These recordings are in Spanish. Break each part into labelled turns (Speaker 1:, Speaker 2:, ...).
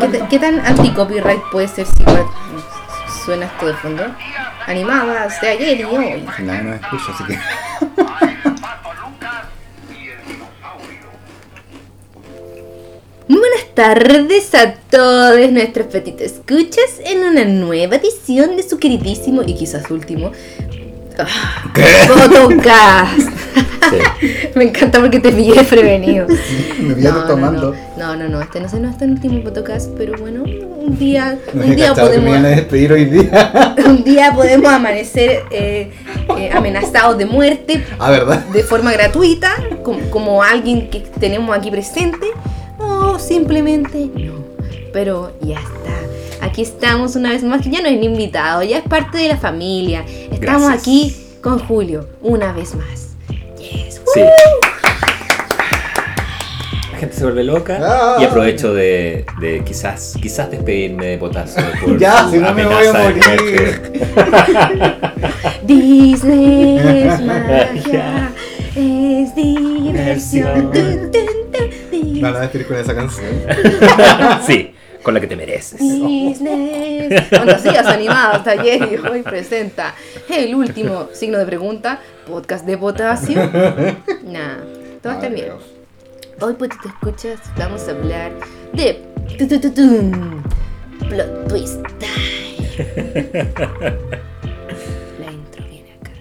Speaker 1: ¿Qué, ta- qué tan anti-copyright puede ser si igual suena esto de fondo? Animadas de ayer y hoy.
Speaker 2: Nadie nos escucha, así que.
Speaker 1: Muy buenas tardes a todos nuestros petitos escuchas en una nueva edición de su queridísimo y quizás último ah, Podcast.
Speaker 2: Sí.
Speaker 1: Me encanta porque te pillé prevenido.
Speaker 2: Me pillaste tomando.
Speaker 1: No, no, no, no, este no es no es el último podcast, pero bueno, un día,
Speaker 2: No
Speaker 1: un
Speaker 2: había
Speaker 1: día
Speaker 2: cachado que me
Speaker 1: podemos,
Speaker 2: iban a despedir hoy día.
Speaker 1: un día podemos amanecer eh, eh, amenazados de muerte
Speaker 2: Ah, ¿verdad?
Speaker 1: de forma gratuita, com- como, alguien que tenemos aquí presente, o simplemente no. Pero ya está. Aquí estamos una vez más, que ya no es un invitado, ya es parte de la familia. Estamos
Speaker 2: Gracias.
Speaker 1: aquí con Julio, una vez más. Yes.
Speaker 3: Sí. La gente se vuelve loca
Speaker 2: Ah.
Speaker 3: y aprovecho de, de quizás quizás despedirme de Potasio por
Speaker 2: Ya,
Speaker 3: su
Speaker 2: si no me voy a
Speaker 3: amenaza de
Speaker 2: morir.
Speaker 3: muerte.
Speaker 1: Disney es magia, es diversión.
Speaker 3: Diversión.
Speaker 1: Tun, tun, tun. Dis-
Speaker 2: Me van a despedir con esa canción.
Speaker 3: sí, con la que te mereces.
Speaker 1: Disney. Buenos días animados, taller y hoy presenta el último signo de pregunta, podcast de potasio. Nah, todo está bien. Hoy pues te escuchas, vamos a hablar de tu, tu, tu, tum, plot twist. time. La intro viene acá.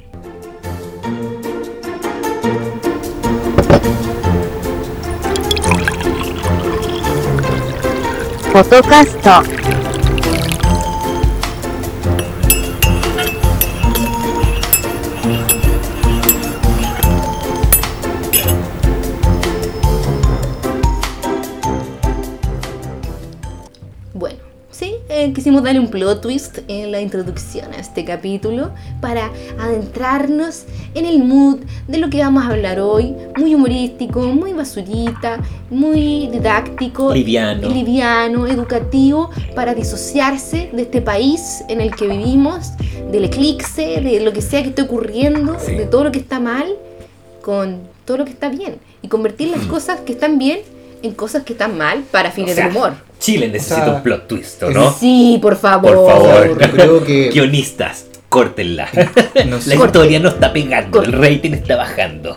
Speaker 1: Bueno, sí, eh, quisimos darle un plot twist en la introducción a este capítulo para adentrarnos en el mood de lo que vamos a hablar hoy, muy humorístico, muy basurita, muy didáctico,
Speaker 3: Liviano.
Speaker 1: liviano, educativo, para disociarse de este país en el que vivimos, del eclipse, de lo que sea que esté ocurriendo,
Speaker 3: Sí.
Speaker 1: de todo lo que está mal, con todo lo que está bien, y convertir las cosas que están bien en cosas que están mal para
Speaker 3: Mm. O
Speaker 1: fines
Speaker 3: sea,
Speaker 1: del humor.
Speaker 3: Chile necesita
Speaker 2: O sea,
Speaker 3: un plot twist, ¿o ¿no?
Speaker 1: Sí, por favor.
Speaker 3: Por favor.
Speaker 2: Ah, Yo creo que.
Speaker 3: Guionistas, córtenla.
Speaker 2: No
Speaker 3: La
Speaker 2: sé,
Speaker 1: Corte.
Speaker 3: historia no está pegando, el
Speaker 1: Corte.
Speaker 3: rating está bajando.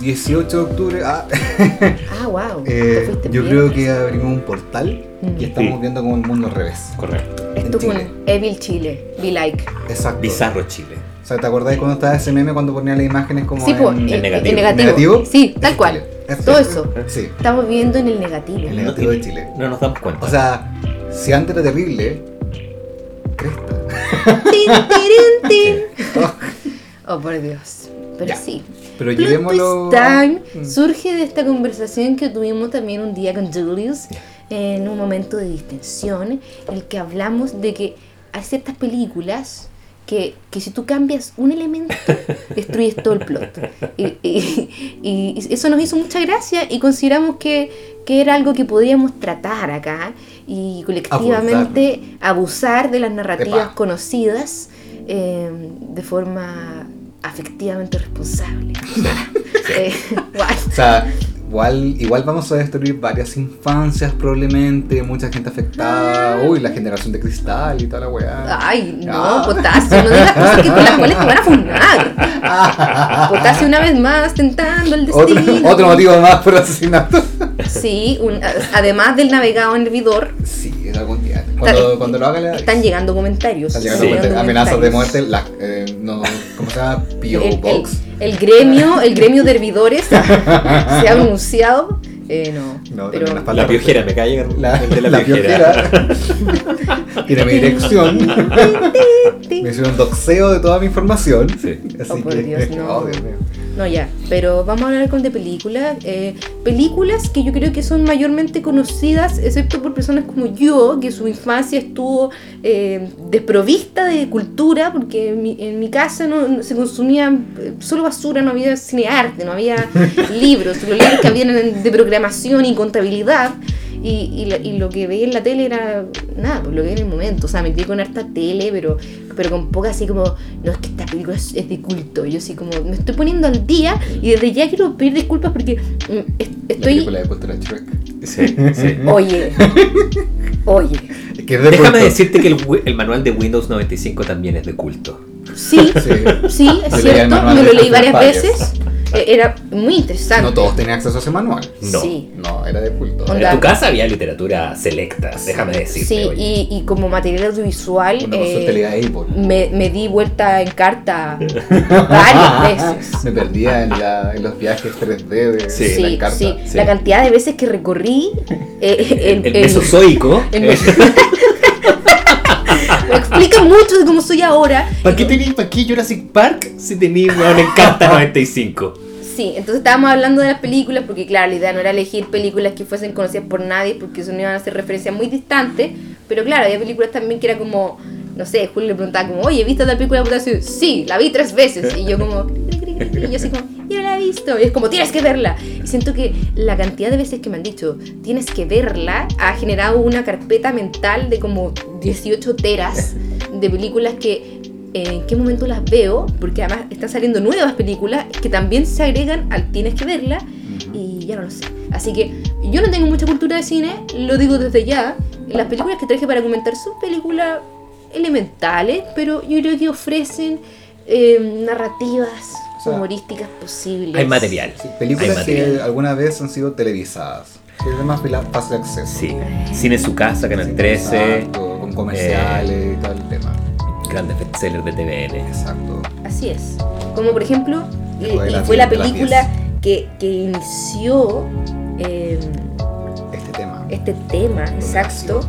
Speaker 2: 18 de octubre. Ah,
Speaker 1: Ah, wow.
Speaker 2: eh, yo creo que abrimos un portal y estamos
Speaker 3: Sí.
Speaker 2: viendo como el mundo al revés.
Speaker 3: Correcto.
Speaker 1: Esto Mm. es
Speaker 2: en
Speaker 1: un Evil Chile. Be like.
Speaker 2: Exacto.
Speaker 3: Bizarro Chile.
Speaker 2: O sea, ¿te acordáis cuando estaba ese meme cuando ponía las imágenes como
Speaker 1: sí,
Speaker 2: en,
Speaker 1: po,
Speaker 2: en
Speaker 1: eh,
Speaker 3: negativo.
Speaker 1: en negativo.
Speaker 2: ¿Negativo?
Speaker 1: Sí, tal cual.
Speaker 2: Chile? Es-
Speaker 1: Todo eso.
Speaker 2: Sí,
Speaker 1: Estamos viviendo en el negativo.
Speaker 2: el negativo de Chile.
Speaker 3: No nos damos cuenta.
Speaker 2: O sea, si antes era terrible, cresta.
Speaker 1: Tin, tirin, tin. Oh, por Dios. Pero
Speaker 2: Ya.
Speaker 1: sí.
Speaker 2: Pero
Speaker 1: Plot
Speaker 2: llevémoslo.
Speaker 1: Twist Time
Speaker 2: Mm.
Speaker 1: surge de esta conversación que tuvimos también un día con Julius en un momento de distensión, en el que hablamos de que hay ciertas películas que, que si tú cambias un elemento, destruyes todo el plot. Y, y- y eso nos hizo mucha gracia y consideramos que, que era algo que podíamos tratar acá y colectivamente abusar de las narrativas
Speaker 2: Epa.
Speaker 1: conocidas eh, de forma afectivamente responsable. Eh, guay.
Speaker 2: O sea, igual, igual vamos a destruir varias infancias probablemente, mucha gente afectada. Uy, la generación de cristal y toda la weá.
Speaker 1: Ay, no,
Speaker 2: Ah.
Speaker 1: Potasio, no digas cosas que con las cuales te van a funar. Potasio una vez más tentando el
Speaker 2: Otro,
Speaker 1: destino.
Speaker 2: otro motivo más por asesinato.
Speaker 1: Sí, un- a- además del navegado en hervidor,
Speaker 2: Sí, es algún día. Cuando,
Speaker 1: Está-
Speaker 2: cuando lo haga la.
Speaker 1: están llegando comentarios.
Speaker 2: están llegando
Speaker 3: Sí.
Speaker 2: muerte-
Speaker 1: Están llegando
Speaker 2: amenazas de
Speaker 1: comentarios.
Speaker 2: muerte. La, eh, no, ¿Cómo se llama?
Speaker 1: El,
Speaker 2: P.O.
Speaker 1: el-
Speaker 2: Box.
Speaker 1: el gremio, el gremio de hervidores se ha anunciado. Eh, no,
Speaker 2: No,
Speaker 1: pero
Speaker 2: también las
Speaker 3: la piojera, me cae el
Speaker 2: La,
Speaker 3: de la,
Speaker 2: la
Speaker 3: piojera.
Speaker 2: piojera. Tiene mi dirección. Me hicieron doxeo de toda mi información.
Speaker 3: Sí.
Speaker 2: Así
Speaker 1: Oh, por
Speaker 2: que-
Speaker 1: Dios, no.
Speaker 2: Oh, Dios mío.
Speaker 1: No, ya, pero vamos a hablar con de películas. eh, películas que yo creo que son mayormente conocidas, excepto por personas como yo, que su infancia estuvo eh, desprovista de cultura, porque en mi, en mi casa no, no- se consumía eh, solo basura, no había cinearte, no había libros. Los libros que habían eran de programación y contabilidad. Y, y la- y lo que veía en la tele era nada, pues lo que veía en el momento. O sea, me crié con harta tele, pero pero con poca así como, no es que esta película es, es de culto. Yo así como, me estoy poniendo al día y desde ya quiero pedir disculpas porque mm, es-
Speaker 2: La
Speaker 1: estoy.
Speaker 2: película de cultura Shrek.
Speaker 3: Sí, sí.
Speaker 1: Oye, oye,
Speaker 2: Que es de
Speaker 3: Déjame
Speaker 2: culto.
Speaker 3: decirte que el, wi- el manual de Windows 95 también es de culto.
Speaker 1: sí,
Speaker 2: Sí.
Speaker 1: sí, es
Speaker 2: Yo leí el
Speaker 1: cierto,
Speaker 2: manual
Speaker 1: me
Speaker 2: de
Speaker 1: lo leí
Speaker 2: Hans
Speaker 1: varias
Speaker 2: Pages.
Speaker 1: veces. eh, Era muy interesante.
Speaker 2: No todos tenían acceso a ese manual.
Speaker 3: No.
Speaker 1: Sí.
Speaker 2: No, era de culto.
Speaker 1: Onda.
Speaker 3: En tu casa había literatura selecta, déjame decirte.
Speaker 1: Sí,
Speaker 3: oye.
Speaker 1: y, y como material audiovisual
Speaker 2: Una
Speaker 1: eh,
Speaker 2: consulta de Apple.
Speaker 1: me, me di vuelta en carta varias veces.
Speaker 2: Me perdía en, la- en los viajes 3D de
Speaker 3: Sí,
Speaker 2: la
Speaker 1: Sí,
Speaker 2: carta.
Speaker 1: sí,
Speaker 3: sí.
Speaker 1: la cantidad de veces que recorrí eh,
Speaker 3: El, eh, el mesozoico.
Speaker 1: el- me explica mucho de cómo soy ahora.
Speaker 3: ¿Para qué tenías para qué Jurassic Park si tenías weón en Carta 95?
Speaker 1: Sí, entonces estábamos hablando de las películas, porque claro, la idea no era elegir películas que fuesen conocidas por nadie, porque eso no iban a ser referencias muy distantes. Pero claro, había películas también que era como, no sé, Julio le preguntaba como, oye, ¿viste la película de Potasio? Sí, la vi tres veces. Y yo como, "Cri, cri, cri, cri". y yo así como, yo no la he visto. Y es como, tienes que verla. Y siento que la cantidad de veces que me han dicho, tienes que verla, ha generado una carpeta mental de como 18 teras de películas que eh, en qué momento las veo, porque además están saliendo nuevas películas que también se agregan al tienes que verla y ya no lo sé. Así que yo no tengo mucha cultura de cine, lo digo desde ya. Las películas que traje para comentar son películas elementales, pero yo creo que ofrecen eh, narrativas
Speaker 2: O sea,
Speaker 1: humorísticas posibles.
Speaker 3: Hay material.
Speaker 2: Sí,
Speaker 3: Hay
Speaker 2: películas
Speaker 3: material.
Speaker 2: que alguna vez han sido televisadas. Que es de más fila- fácil acceso.
Speaker 3: Sí. Cine en su casa, Canal 13,
Speaker 2: Exacto,
Speaker 1: eh,
Speaker 2: con comerciales y todo el tema.
Speaker 3: grandes bestsellers de TVN.
Speaker 2: Exacto.
Speaker 1: Así es. Como por ejemplo, y,
Speaker 2: Dejo de
Speaker 1: y
Speaker 2: las
Speaker 1: fue la
Speaker 2: diez, de las
Speaker 1: película que, que inició eh,
Speaker 2: Este tema.
Speaker 1: este tema exacto,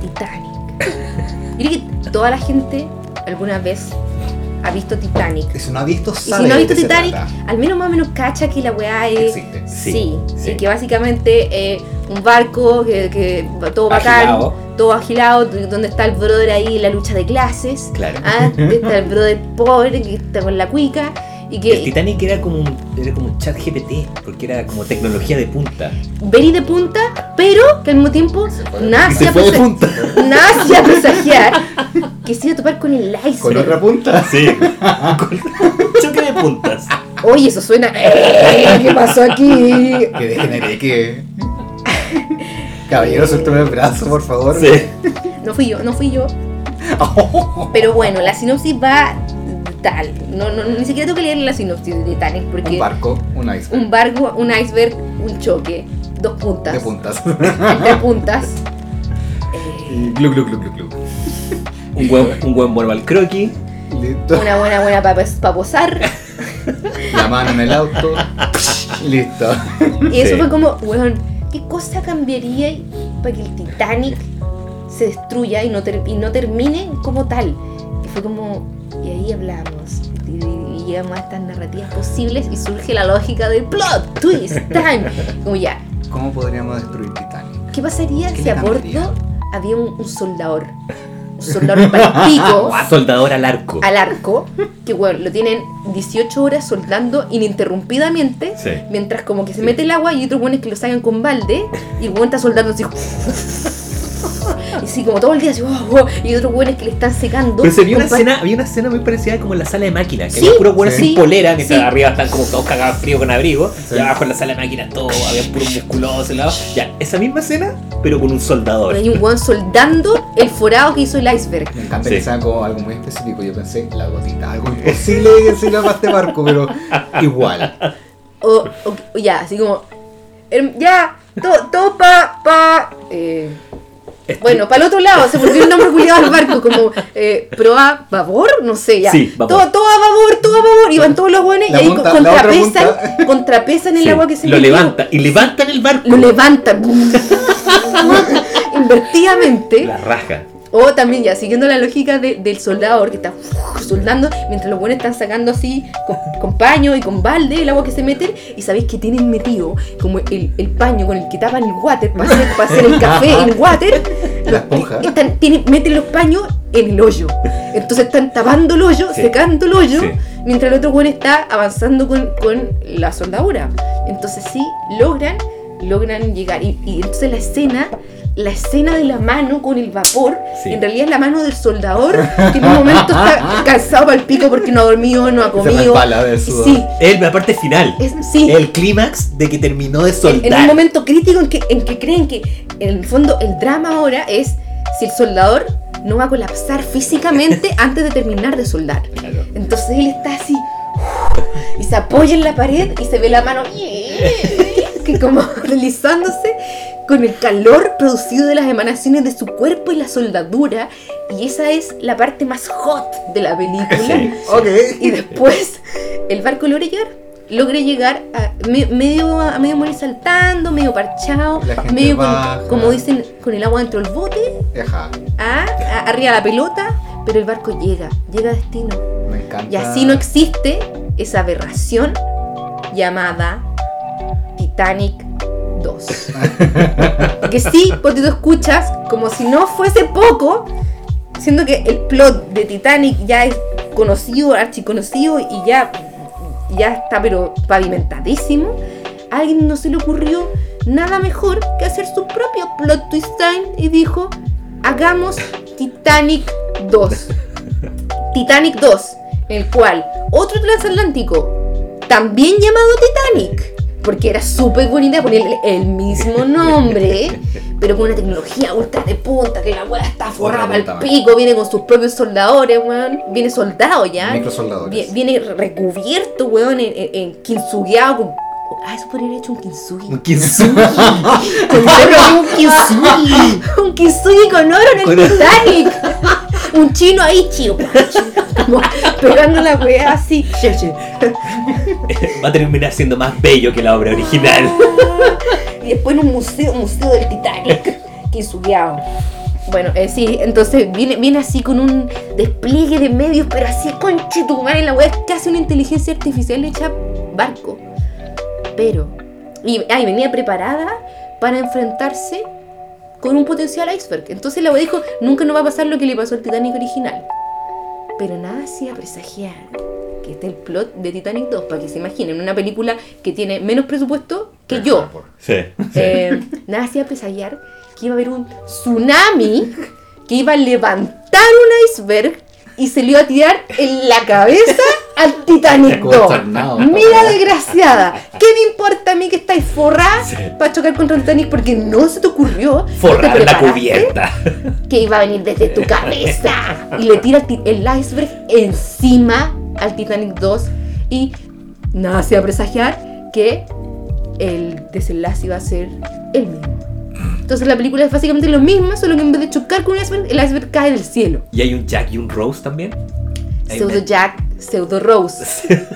Speaker 1: Titanic. Yo creo que toda la gente alguna vez ha visto Titanic.
Speaker 2: Y si no ha visto,
Speaker 1: Y
Speaker 2: sabe
Speaker 1: si no ha
Speaker 2: de
Speaker 1: visto
Speaker 2: qué se
Speaker 1: Titanic, eh,
Speaker 2: trata.
Speaker 1: al menos más o menos cacha que la weá es...
Speaker 2: Existe.
Speaker 1: Sí,
Speaker 3: Sí, sí.
Speaker 1: y que básicamente eh, un barco que, que va todo
Speaker 3: Agilado.
Speaker 1: bacán, todo agilado, d- donde está el brother ahí en la lucha de clases.
Speaker 3: Claro.
Speaker 1: Ah, está el brother pobre que está con la cuica y
Speaker 3: El
Speaker 1: que
Speaker 3: Titanic era como un, era como un chat GPT, porque era como tecnología de punta.
Speaker 1: vení de punta, pero que al mismo tiempo
Speaker 2: fue de-
Speaker 1: nace
Speaker 3: Se
Speaker 1: a,
Speaker 3: fue de
Speaker 1: presa-
Speaker 3: punta.
Speaker 1: nace a presagiar que se iba a topar con el
Speaker 2: Con
Speaker 1: iceberg.
Speaker 2: otra punta.
Speaker 3: Sí. Ah, Choque de puntas.
Speaker 1: Oye, eso suena. ¡Eh! ¿Qué pasó aquí?
Speaker 2: Que degeneré que. Caballero, suéltame el brazo, por favor.
Speaker 3: Sí.
Speaker 1: No fui yo, no fui yo. Pero bueno, la sinopsis va tal. No, no, ni siquiera tengo que leer la sinopsis de Titanic porque
Speaker 2: Un barco, un iceberg.
Speaker 1: un barco, un iceberg, un choque, dos puntas,
Speaker 2: De puntas.
Speaker 1: de puntas. Eh,
Speaker 2: Glu, glu, glu, glu, glu.
Speaker 3: Un buen, un buen vuelvo al croquis.
Speaker 2: Listo.
Speaker 1: una buena buena para posar.
Speaker 2: La mano en el auto. Listo.
Speaker 1: Y eso
Speaker 3: Sí.
Speaker 1: fue como, weón, ¿qué cosa cambiaría para que el Titanic se destruya y no, ter- y no termine como tal? Y fue como, y ahí hablamos. Y, y llegamos a estas narrativas posibles y surge la lógica del plot, twist, time. Como ya,
Speaker 2: ¿Cómo podríamos destruir Titanic?
Speaker 1: ¿qué pasaría
Speaker 2: ¿Qué
Speaker 1: si
Speaker 2: le
Speaker 1: a
Speaker 2: cambiaría?
Speaker 1: bordo había un, un soldador? Un soldador para el pico.
Speaker 3: Soldador al arco.
Speaker 1: al arco, que bueno, lo tienen 18 horas soldando ininterrumpidamente,
Speaker 3: Sí.
Speaker 1: mientras como que se
Speaker 3: Sí.
Speaker 1: mete el agua y otros buenos que lo sacan con balde, y el buen está soldando así. Y así como todo el día, así, "Oh, oh", y otros buenos que le están secando.
Speaker 3: Pero se vio
Speaker 1: con
Speaker 3: una
Speaker 1: pa-
Speaker 3: escena, había una escena muy parecida como en la sala de máquinas, que
Speaker 1: Sí,
Speaker 3: había puros buenos
Speaker 2: sí,
Speaker 3: sin polera, mientras
Speaker 1: sí.
Speaker 3: arriba están como todos cagados frío con abrigo,
Speaker 2: Sí.
Speaker 3: y abajo en la sala de máquinas todo, había puro musculoso, y la- ya, esa misma escena, pero con un soldador.
Speaker 1: Hay un buen soldando el forado que hizo el iceberg.
Speaker 2: Me encanta
Speaker 3: Sí.
Speaker 2: que sea como algo muy específico. Yo pensé, la gotita, algo imposible de decirlo para este barco, pero igual.
Speaker 1: O, o- o ya, así como, "Em, ya, todo pa, pa. eh, bueno, para el otro lado, se volvió el nombre culiado al barco, como eh, pro a babor, no sé, ya.
Speaker 3: Sí, vapor.
Speaker 1: Todo, todo a babor, todo a babor, y van todos los buenos
Speaker 2: La
Speaker 1: y ahí
Speaker 2: punta,
Speaker 1: con-
Speaker 2: la otra
Speaker 1: contrapesan, contrapesan el
Speaker 3: Sí,
Speaker 1: agua que se
Speaker 3: lo
Speaker 1: metió.
Speaker 3: levanta, y levantan el barco.
Speaker 1: Lo levantan. Invertidamente.
Speaker 3: la raja.
Speaker 1: O también ya, siguiendo la lógica de- del soldador que está uh, soldando, mientras los buenos están sacando así con, con paño y con balde el agua que se meten, y sabéis que tienen metido como el, el paño con el que tapan el water para hacer, para hacer el café en water,
Speaker 2: La esponja.
Speaker 1: están- tienen- meten los paños en el hoyo. Entonces están tapando el hoyo,
Speaker 3: Sí.
Speaker 1: secando el hoyo,
Speaker 3: Sí.
Speaker 1: mientras el otro bueno está avanzando con, con la soldadura. Entonces sí, logran, logran llegar. Y, y entonces la escena la escena de la mano con el vapor,
Speaker 3: Sí.
Speaker 1: en realidad es la mano del soldador que en un momento está cansado para el pico porque no ha dormido, no ha
Speaker 2: Se
Speaker 1: comido.
Speaker 2: resbala de sudor.
Speaker 1: Sí,
Speaker 3: El- la parte final.
Speaker 1: es- sí.
Speaker 3: El clímax de que terminó de
Speaker 1: en, en un
Speaker 3: soldar.
Speaker 1: momento crítico en que, en que creen que en el fondo el drama ahora es si el soldador no va a colapsar físicamente antes de terminar de soldar.
Speaker 3: Claro.
Speaker 1: Entonces él está así y se apoya en la pared y se ve la mano que como deslizándose con el calor producido de las emanaciones de su cuerpo y la soldadura y esa es la parte más hot de la película.
Speaker 3: Sí.
Speaker 1: Y
Speaker 2: Ok.
Speaker 1: después el barco logra llegar. Logré llegar a me- medio, a medio morir saltando, medio parchado,
Speaker 2: La gente
Speaker 1: medio con-
Speaker 2: baja.
Speaker 1: como dicen, con el agua dentro del bote,
Speaker 2: Ajá.
Speaker 1: a- a- arriba de la pelota, pero el barco llega, llega a destino.
Speaker 2: Me encanta.
Speaker 1: Y así no existe esa aberración llamada Titanic 2. que sí, porque tú escuchas como si no fuese poco, siendo que el plot de Titanic ya es conocido, archiconocido y ya, ya está pero pavimentadísimo. A alguien no se le ocurrió nada mejor que hacer su propio plot twist time y dijo, hagamos Titanic 2. Titanic 2, en el cual otro transatlántico, también llamado Titanic, porque era súper bonita ponerle el mismo nombre, pero con una tecnología ultra de punta, que la weá está forrada
Speaker 2: Otra punta,
Speaker 1: al pico, viene con sus propios soldadores, weón, viene soldado ya.
Speaker 2: Microsoldadores.
Speaker 1: Vie- Viene recubierto, weón, en, en, en kintsugiado con... Ah, eso podría haber hecho un kintsugi.
Speaker 3: Un kintsugi.
Speaker 1: Con oro, un kintsugi. un kintsugi con oro en
Speaker 3: Con
Speaker 1: el
Speaker 3: oro.
Speaker 1: Titanic. un chino ahí, chido. Como pegando la weá así.
Speaker 3: Va a terminar siendo más bello que la obra original.
Speaker 1: Y después en un museo, museo del Titanic. Kintsugiado. Bueno, eh, sí, entonces viene, viene así con un despliegue de medios, pero así conchetumare la weá, es casi una inteligencia artificial hecha barco. Pero, y ahí venía preparada para enfrentarse con un potencial iceberg. Entonces la weá dijo, nunca nos va a pasar lo que le pasó al Titanic original. Pero nada hacía presagiar que este es el plot de Titanic 2, para que se imaginen, una película que tiene menos presupuesto que
Speaker 2: Por
Speaker 1: yo.
Speaker 2: favor.
Speaker 3: Sí.
Speaker 1: Eh, nada hacía presagiar que iba a haber un tsunami que iba a levantar un iceberg y se le iba a tirar en la cabeza al Titanic
Speaker 2: Como
Speaker 1: dos.
Speaker 2: tornado.
Speaker 1: Mira desgraciada, ¿qué me importa a mí que estáis forrada
Speaker 3: Sí.
Speaker 1: para chocar contra el Titanic? Porque no se te ocurrió no
Speaker 3: Forrar
Speaker 1: te
Speaker 3: la
Speaker 1: preparaste
Speaker 3: cubierta.
Speaker 1: que iba a venir desde tu cabeza. Y le tira el ti- el iceberg encima al Titanic 2 y nada hacía presagiar que el desenlace iba a ser el mismo. Entonces la película es básicamente lo mismo, solo que en vez de chocar con un iceberg, el iceberg cae del cielo.
Speaker 3: Y hay un Jack y un Rose también. Hay
Speaker 1: Pseudo
Speaker 3: una-
Speaker 1: Jack, pseudo Rose.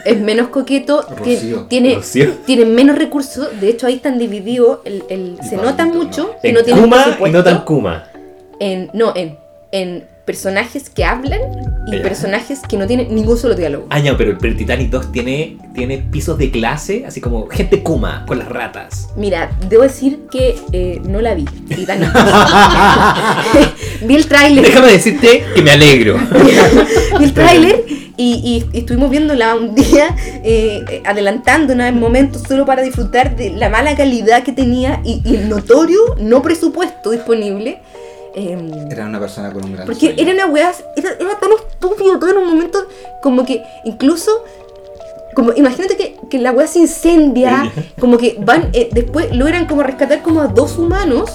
Speaker 1: es menos coqueto, que
Speaker 2: Rocío.
Speaker 1: tiene,
Speaker 3: Rocío.
Speaker 1: tiene menos recursos. De hecho, ahí están divididos. El, el- se
Speaker 2: Igualito,
Speaker 1: nota
Speaker 2: ¿no?
Speaker 1: mucho que
Speaker 3: En
Speaker 1: no tienen
Speaker 3: Kuma y no
Speaker 1: presupuesto
Speaker 3: tan Kuma.
Speaker 1: en no en, en personajes que hablan y
Speaker 3: Ya.
Speaker 1: personajes que no tienen ningún solo diálogo.
Speaker 3: Ah, ya, pero el Titanic 2 tiene, tiene pisos de clase, así como gente Kuma con las ratas.
Speaker 1: Mira, debo decir que eh, no la vi. Titanic. vi el tráiler,
Speaker 3: Déjame decirte que me alegro.
Speaker 1: vi el tráiler y, y- y estuvimos viéndola un día eh, eh, adelantándonos en momentos solo para disfrutar de la mala calidad que tenía y, y el notorio no presupuesto disponible. Em,
Speaker 2: Era una persona con un gran
Speaker 1: Porque
Speaker 2: sueño.
Speaker 1: era una weá, era, era tan estúpido todo en un momento, como que incluso, como imagínate que, que la weá se incendia, como que van, eh, después logran como rescatar como a dos humanos,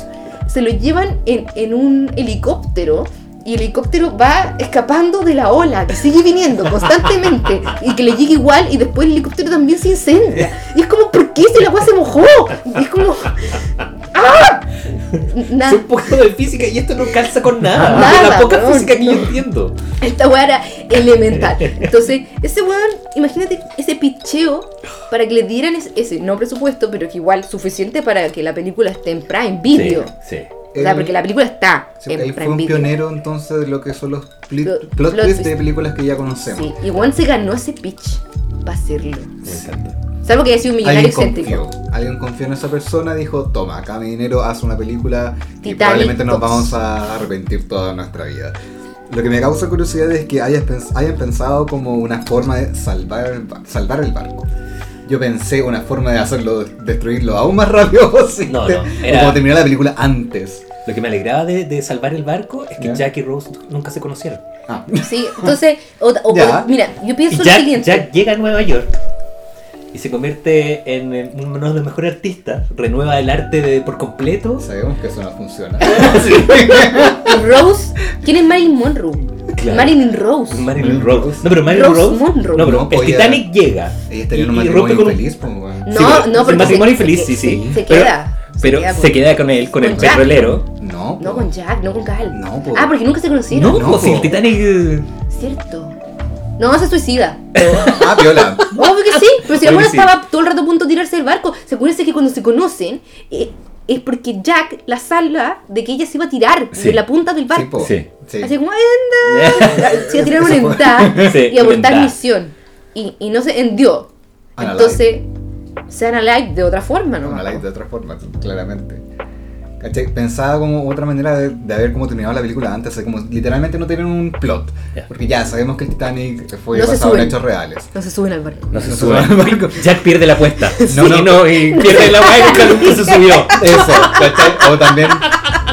Speaker 1: se los llevan en, en un helicóptero. Y el helicóptero va escapando de la ola, que sigue viniendo constantemente, y que le llega igual, y después el helicóptero también se incendia. Y es como, ¿por qué si la weá se mojó? Y es como. ¡Ah! Nada.
Speaker 3: Es un poco de física y esto no calza con nada.
Speaker 1: Nada,
Speaker 3: Es la poca
Speaker 1: weón.
Speaker 3: física que yo entiendo.
Speaker 1: Esta weá era elemental. Entonces, ese weón, imagínate ese picheo para que le dieran es- ese, no presupuesto, pero que igual suficiente para que la película esté en Prime Video.
Speaker 3: Sí, sí.
Speaker 1: O sea,
Speaker 2: Él-
Speaker 1: porque la película está
Speaker 2: sí,
Speaker 1: en
Speaker 2: él fue
Speaker 1: Prime
Speaker 2: un
Speaker 1: Video.
Speaker 2: pionero entonces de lo que son los pli-
Speaker 1: Plo- plot
Speaker 2: plot, twists
Speaker 1: twist.
Speaker 2: de películas que ya conocemos.
Speaker 1: Sí, y weón se ganó ese pitch para hacerlo.
Speaker 3: Me encanta.
Speaker 1: Salvo que haya sido un millonario
Speaker 2: Alguien
Speaker 1: excéntrico.
Speaker 2: confió, alguien confió en esa persona, dijo, toma, acá mi dinero, haz una película y
Speaker 1: Titanic
Speaker 2: probablemente nos
Speaker 1: dos".
Speaker 2: vamos a arrepentir toda nuestra vida. Lo que me causa curiosidad es que hayas pens- hayan pensado como una forma de salvar el, ba- salvar el barco. Yo pensé una forma de hacerlo, destruirlo aún más rápido posible.
Speaker 3: No, no,
Speaker 2: o
Speaker 3: era-
Speaker 2: como terminar la película antes.
Speaker 3: Lo que me alegraba de, de salvar el barco es que
Speaker 2: Ya.
Speaker 3: Jack y Rose nunca se conocieron.
Speaker 2: Ah,
Speaker 1: Sí, entonces, o- o-
Speaker 2: Ya.
Speaker 1: mira, yo
Speaker 3: Y
Speaker 1: pienso lo
Speaker 3: Jack,
Speaker 1: siguiente.
Speaker 3: Jack llega a Nueva York y se convierte en el- uno de los mejores artistas. Renueva el arte de- por completo.
Speaker 2: sabemos que eso no funciona.
Speaker 1: Rose, ¿quién es Marilyn Monroe?
Speaker 3: Claro.
Speaker 1: Marilyn Rose.
Speaker 3: Marilyn
Speaker 2: Marilyn
Speaker 3: Rose.
Speaker 2: Rose.
Speaker 3: No, pero Marilyn
Speaker 1: Rose
Speaker 3: Rose.
Speaker 1: Monroe.
Speaker 3: No, pero
Speaker 2: Mm. No,
Speaker 3: el
Speaker 2: podía-
Speaker 3: Titanic llega.
Speaker 2: Ellos tenían un
Speaker 3: y- y rompe
Speaker 2: matrimonio
Speaker 3: con un-
Speaker 2: feliz, pues, weón.
Speaker 3: Sí,
Speaker 1: No,
Speaker 3: pero
Speaker 1: no, porque
Speaker 3: el matrimonio
Speaker 1: se- se-
Speaker 3: feliz,
Speaker 1: se-
Speaker 3: sí, sí.
Speaker 1: se
Speaker 3: Pero-
Speaker 1: queda, se
Speaker 3: Pero
Speaker 1: queda con-
Speaker 3: se queda con él, con,
Speaker 1: con
Speaker 3: el
Speaker 1: Jack.
Speaker 3: petrolero.
Speaker 2: No, Ah,
Speaker 1: No
Speaker 2: po.
Speaker 1: con Jack, no con Gal.
Speaker 2: No, po.
Speaker 1: Ah, porque nunca se conocieron.
Speaker 3: No,
Speaker 2: No,
Speaker 3: pues, si
Speaker 2: po.
Speaker 3: el Titanic. eh,
Speaker 1: Cierto. No, se suicida.
Speaker 2: Ah, viola.
Speaker 1: Obvio que sí, pero si la
Speaker 3: Obvio
Speaker 1: buena
Speaker 3: que Ah, sí.
Speaker 1: estaba todo el rato a punto de tirarse del barco, se acuérdense que cuando se conocen eh, es porque Jack la salva de que ella se iba a tirar
Speaker 3: Sí.
Speaker 1: de la punta del
Speaker 2: Sí,
Speaker 1: barco.
Speaker 2: po.
Speaker 3: Sí.
Speaker 1: Así como, anda, se iba a tirar una entrada
Speaker 3: Sí,
Speaker 1: y abortar
Speaker 3: una entrada.
Speaker 1: misión. Y, y no se endió.
Speaker 2: Analyze.
Speaker 1: Entonces, sean alive de otra forma, ¿no?
Speaker 2: Analyze de otra forma, claramente. ¿Cachai? Pensaba como otra manera de, de haber como terminado la película antes, o sea, como literalmente no tener un plot.
Speaker 3: Ya.
Speaker 2: Porque ya sabemos que el Titanic fue
Speaker 1: No se
Speaker 2: basado en
Speaker 1: suben.
Speaker 2: hechos reales.
Speaker 1: No se suben al barco.
Speaker 3: No se
Speaker 2: No se
Speaker 3: sube.
Speaker 2: sube al barco.
Speaker 3: Jack pierde la apuesta.
Speaker 2: No,
Speaker 3: Sí,
Speaker 2: no.
Speaker 3: no, y pierde la weá y nunca- nunca se subió.
Speaker 2: Eso, ¿cachai? O también,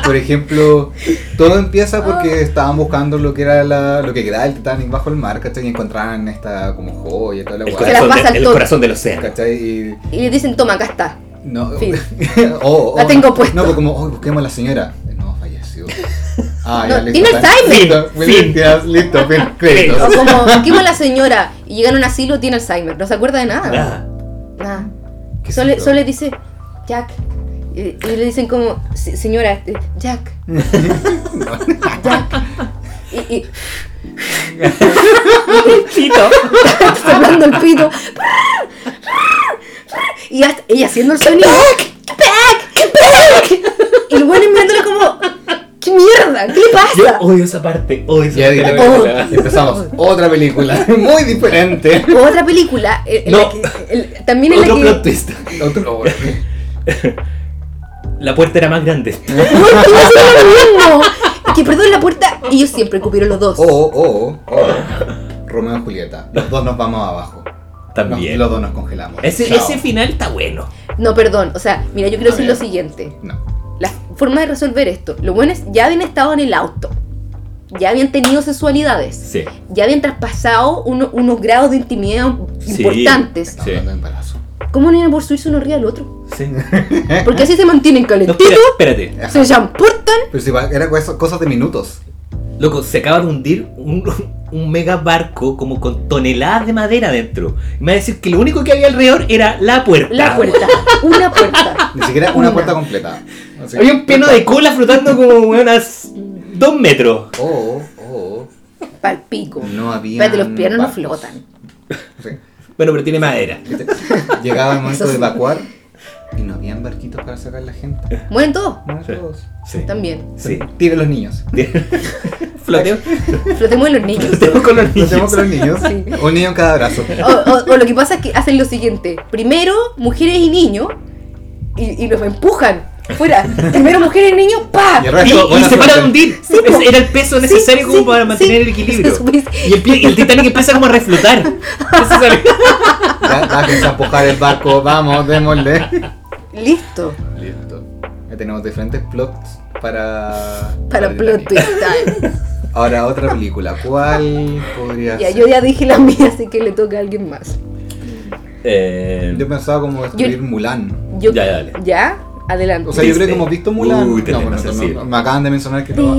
Speaker 2: por ejemplo, todo empieza
Speaker 1: Ah.
Speaker 2: porque estaban buscando lo que era la, lo que quedaba del Titanic bajo el mar, ¿cachai? Y encontraban esta como joya, toda la
Speaker 3: El
Speaker 2: guay,
Speaker 1: Se la
Speaker 3: corazón,
Speaker 1: pasa al
Speaker 3: de- el
Speaker 1: toque.
Speaker 3: corazón del océano.
Speaker 2: ¿cachai? Y
Speaker 1: Y le dicen, toma, acá está.
Speaker 2: No,
Speaker 1: Fin.
Speaker 2: Oh, oh,
Speaker 1: La tengo
Speaker 2: no,
Speaker 1: puesta.
Speaker 2: No, pues como, oh, busquemos a la señora. No, falleció. Ah,
Speaker 1: No, tiene
Speaker 2: está.
Speaker 1: Alzheimer.
Speaker 2: Listo, muy
Speaker 3: Fin.
Speaker 2: bien, ya, listo, fin, créditos.
Speaker 1: O como, aquí va la señora y llegan a un asilo, tiene Alzheimer, no se acuerda de nada.
Speaker 3: Nada.
Speaker 1: Nada.
Speaker 2: Qué
Speaker 1: Solo,
Speaker 2: susto.
Speaker 1: solo le Ah, dice, Jack. Y, y le dicen como, "Se- señora, este, Jack. Jack. Y, y
Speaker 3: Chito.
Speaker 1: soplando el pito. Y hasta- ella haciendo el sonido. ¡Jack! Y el bueno mirándola como, ¿qué mierda? ¿Qué le
Speaker 3: Yo
Speaker 1: pasa? Oh,
Speaker 3: odio esa parte. Odio esa
Speaker 2: Ya
Speaker 3: parte. de la
Speaker 2: directamente
Speaker 3: película.
Speaker 2: empezamos otra película muy diferente.
Speaker 1: O otra película, eh, en- en la
Speaker 3: No.
Speaker 1: que- en- también en la
Speaker 3: Otro
Speaker 1: que...
Speaker 3: plot twist.
Speaker 2: Otro,
Speaker 3: La puerta era más grande.
Speaker 1: No, es que iba a ser lo mismo. Es que perdón la puerta. Ellos siempre cupieron los dos.
Speaker 2: Oh, oh, oh, oh. Romeo y Julieta. Los dos nos vamos abajo.
Speaker 3: También.
Speaker 2: Nos- los dos nos congelamos.
Speaker 3: Ese,
Speaker 2: Chao.
Speaker 3: ese final está bueno.
Speaker 1: No, perdón. O sea, mira, yo quiero
Speaker 2: A
Speaker 1: decir
Speaker 3: Ah,
Speaker 2: ver.
Speaker 1: lo siguiente.
Speaker 2: No.
Speaker 1: La forma de resolver esto. Lo bueno es, ya habían estado en el auto. Ya habían tenido sexualidades.
Speaker 3: Sí.
Speaker 1: Ya habían traspasado uno- unos grados de intimidad
Speaker 3: Sí.
Speaker 1: importantes.
Speaker 2: Estamos
Speaker 3: Sí.
Speaker 2: hablando de embarazo.
Speaker 1: ¿Cómo no iban a poder uno arriba del otro?
Speaker 3: Sí.
Speaker 1: Porque así se mantienen
Speaker 3: No,
Speaker 1: calentitos,
Speaker 3: espera- espérate.
Speaker 1: se champortan.
Speaker 2: Pero si va- era cosa- cosas de minutos.
Speaker 3: Loco, se acaba de hundir un, un mega barco como con toneladas de madera adentro. Y me va a decir que lo único que había alrededor era la puerta.
Speaker 1: La puerta. Una puerta.
Speaker 2: Ni siquiera una
Speaker 1: Una.
Speaker 2: puerta completa. Así-
Speaker 3: Había un piano de cola flotando como unas dos metros.
Speaker 2: Oh, oh,
Speaker 1: Pal pico.
Speaker 2: oh. No había.
Speaker 1: Espérate, los pianos no flotan.
Speaker 2: Sí.
Speaker 3: Bueno, pero tiene madera.
Speaker 2: Llegaba el momento
Speaker 1: Eso
Speaker 2: de
Speaker 1: sí.
Speaker 2: evacuar y no habían barquitos para sacar la gente.
Speaker 1: Mueren todos.
Speaker 2: No, todos.
Speaker 3: Sí.
Speaker 1: También.
Speaker 3: Sí.
Speaker 2: Tiren los niños.
Speaker 3: Floteo.
Speaker 1: Flotemos en los niños.
Speaker 3: Floteo con los
Speaker 2: Lo
Speaker 3: niños.
Speaker 2: hacemos con los niños.
Speaker 1: Sí.
Speaker 2: Un niño en cada brazo.
Speaker 1: O, o- o lo que pasa es que hacen lo siguiente: primero mujeres y niños y, y los empujan fuera. Primero mujeres y niños, ¡pa!
Speaker 2: Y el
Speaker 3: Y,
Speaker 2: resto,
Speaker 3: y
Speaker 2: buena
Speaker 3: se para
Speaker 2: suerte.
Speaker 3: de hundir.
Speaker 1: Sí, po.
Speaker 3: Ese era el peso
Speaker 1: Sí,
Speaker 3: necesario como
Speaker 1: sí,
Speaker 3: para mantener
Speaker 1: sí.
Speaker 3: el equilibrio.
Speaker 1: Eso es-
Speaker 3: Y el, pie- y el Titanic empieza como a reflotar. Eso sale-
Speaker 2: Ya, bájense a empujar el barco. Vamos, démosle.
Speaker 1: Listo.
Speaker 2: Listo. Ya tenemos diferentes plots para.
Speaker 1: Para plot
Speaker 2: Titanic.
Speaker 1: twist time.
Speaker 2: Ahora, otra película. ¿Cuál podría
Speaker 1: Ya,
Speaker 2: ser?
Speaker 1: yo ya dije la mía, así que le toca a alguien más.
Speaker 3: Eh,
Speaker 2: Yo pensaba como escribir Mulan.
Speaker 1: Yo,
Speaker 3: Ya, dale.
Speaker 1: ¿Ya? Adelante.
Speaker 2: O sea, yo creo que
Speaker 3: Disney.
Speaker 2: hemos visto Mulan.
Speaker 3: Uy,
Speaker 2: no,
Speaker 3: tenés
Speaker 2: bueno,
Speaker 3: razón,
Speaker 2: no,
Speaker 3: sí.
Speaker 2: no, me acaban de mencionar que no.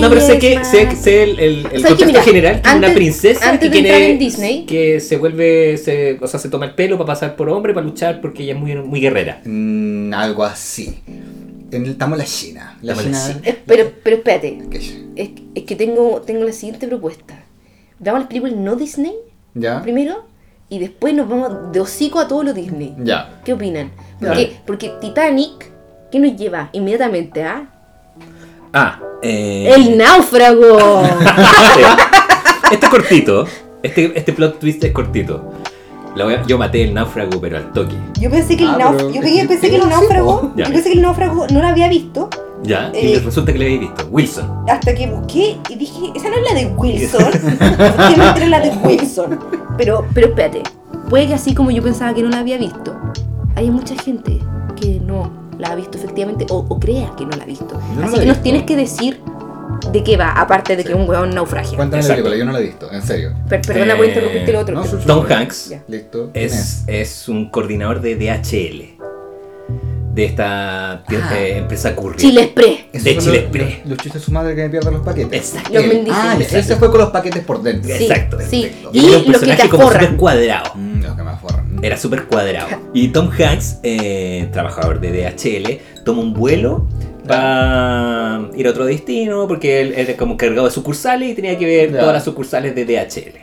Speaker 3: no, pero sé que,
Speaker 1: es
Speaker 3: sé,
Speaker 1: más.
Speaker 3: sé el, el, el
Speaker 1: O sea, que
Speaker 3: contexto
Speaker 1: mira,
Speaker 3: general que es una
Speaker 1: antes-
Speaker 3: princesa
Speaker 1: antes
Speaker 3: y
Speaker 1: de
Speaker 3: que
Speaker 1: entrar
Speaker 3: ne-
Speaker 1: en Disney.
Speaker 3: que se vuelve, se, o sea, se toma el pelo para pasar por hombre, para luchar porque ella es muy, muy guerrera.
Speaker 2: Mm, algo así. En el- estamos en la China. La
Speaker 3: Estamos en la
Speaker 2: China.
Speaker 1: Eh, Pero, pero espérate,
Speaker 2: Aquella.
Speaker 1: es, es que tengo, tengo la siguiente propuesta. Veamos las películas no Disney
Speaker 3: Ah.
Speaker 2: ¿Ya?
Speaker 1: primero y después nos vamos de hocico a todo lo Disney.
Speaker 2: Ya.
Speaker 1: ¿Qué opinan?
Speaker 3: Dale.
Speaker 1: Porque, porque Titanic, ¿qué nos lleva inmediatamente a?
Speaker 3: Ah, eh,
Speaker 1: ¡El náufrago!
Speaker 3: Sí. Este es cortito. Este, este plot twist es cortito. La voy a- yo maté el náufrago, pero al toque.
Speaker 1: Yo pensé que el,
Speaker 2: Ah,
Speaker 1: náuf-
Speaker 2: pero-
Speaker 1: yo pe- pensé que el náufrago,
Speaker 3: Ya.
Speaker 1: yo pensé que el náufrago no la había visto
Speaker 3: Ya,
Speaker 1: Eh.
Speaker 3: y resulta que lo habéis visto. Wilson.
Speaker 1: hasta que busqué y dije, esa no es la de Wilson. ¿Por qué me entré la de Wilson? Pero, pero espérate, puede que así como yo pensaba que no la había visto, hay mucha gente que no la la ha visto efectivamente o, o crea que no la ha visto.
Speaker 2: no la
Speaker 1: Así
Speaker 2: he
Speaker 1: que nos
Speaker 2: visto.
Speaker 1: tienes que decir de qué va, aparte de que
Speaker 2: Sí.
Speaker 1: un hueón naufragia.
Speaker 2: Cuéntame la
Speaker 3: Exacto.
Speaker 2: película, yo no la he visto, en serio.
Speaker 1: Per- perdona por
Speaker 3: Eh,
Speaker 1: interrumpirte lo otro.
Speaker 2: no,
Speaker 1: pero-
Speaker 2: sí, sí.
Speaker 3: Tom Hanks
Speaker 1: Ya.
Speaker 2: Listo. ¿Quién es?
Speaker 3: es, es un coordinador de DHL. De esta tie-
Speaker 1: Ah.
Speaker 3: eh, empresa Courier.
Speaker 1: Chile Express.
Speaker 2: Esos
Speaker 3: de
Speaker 2: son
Speaker 3: Chile
Speaker 2: los-
Speaker 3: Express.
Speaker 2: Los, los chistes de su madre que me pierden los paquetes.
Speaker 3: Exacto.
Speaker 1: Los
Speaker 2: Él.
Speaker 1: mendigos.
Speaker 2: Ah, ya, ese
Speaker 3: Exacto.
Speaker 2: fue con los paquetes por dentro.
Speaker 1: Sí,
Speaker 3: Exacto,
Speaker 1: sí.
Speaker 2: perfecto.
Speaker 3: Y era
Speaker 1: Y
Speaker 3: un
Speaker 1: los que te
Speaker 3: personaje como súper
Speaker 1: aforran.
Speaker 3: cuadrado.
Speaker 2: Mm, los que me forran.
Speaker 3: Era súper cuadrado. Y Tom Hanks, eh, trabajador de DHL, toma un vuelo para ir a otro destino porque él era como cargado de sucursales y tenía que ver
Speaker 2: Ya.
Speaker 3: todas las sucursales de DHL.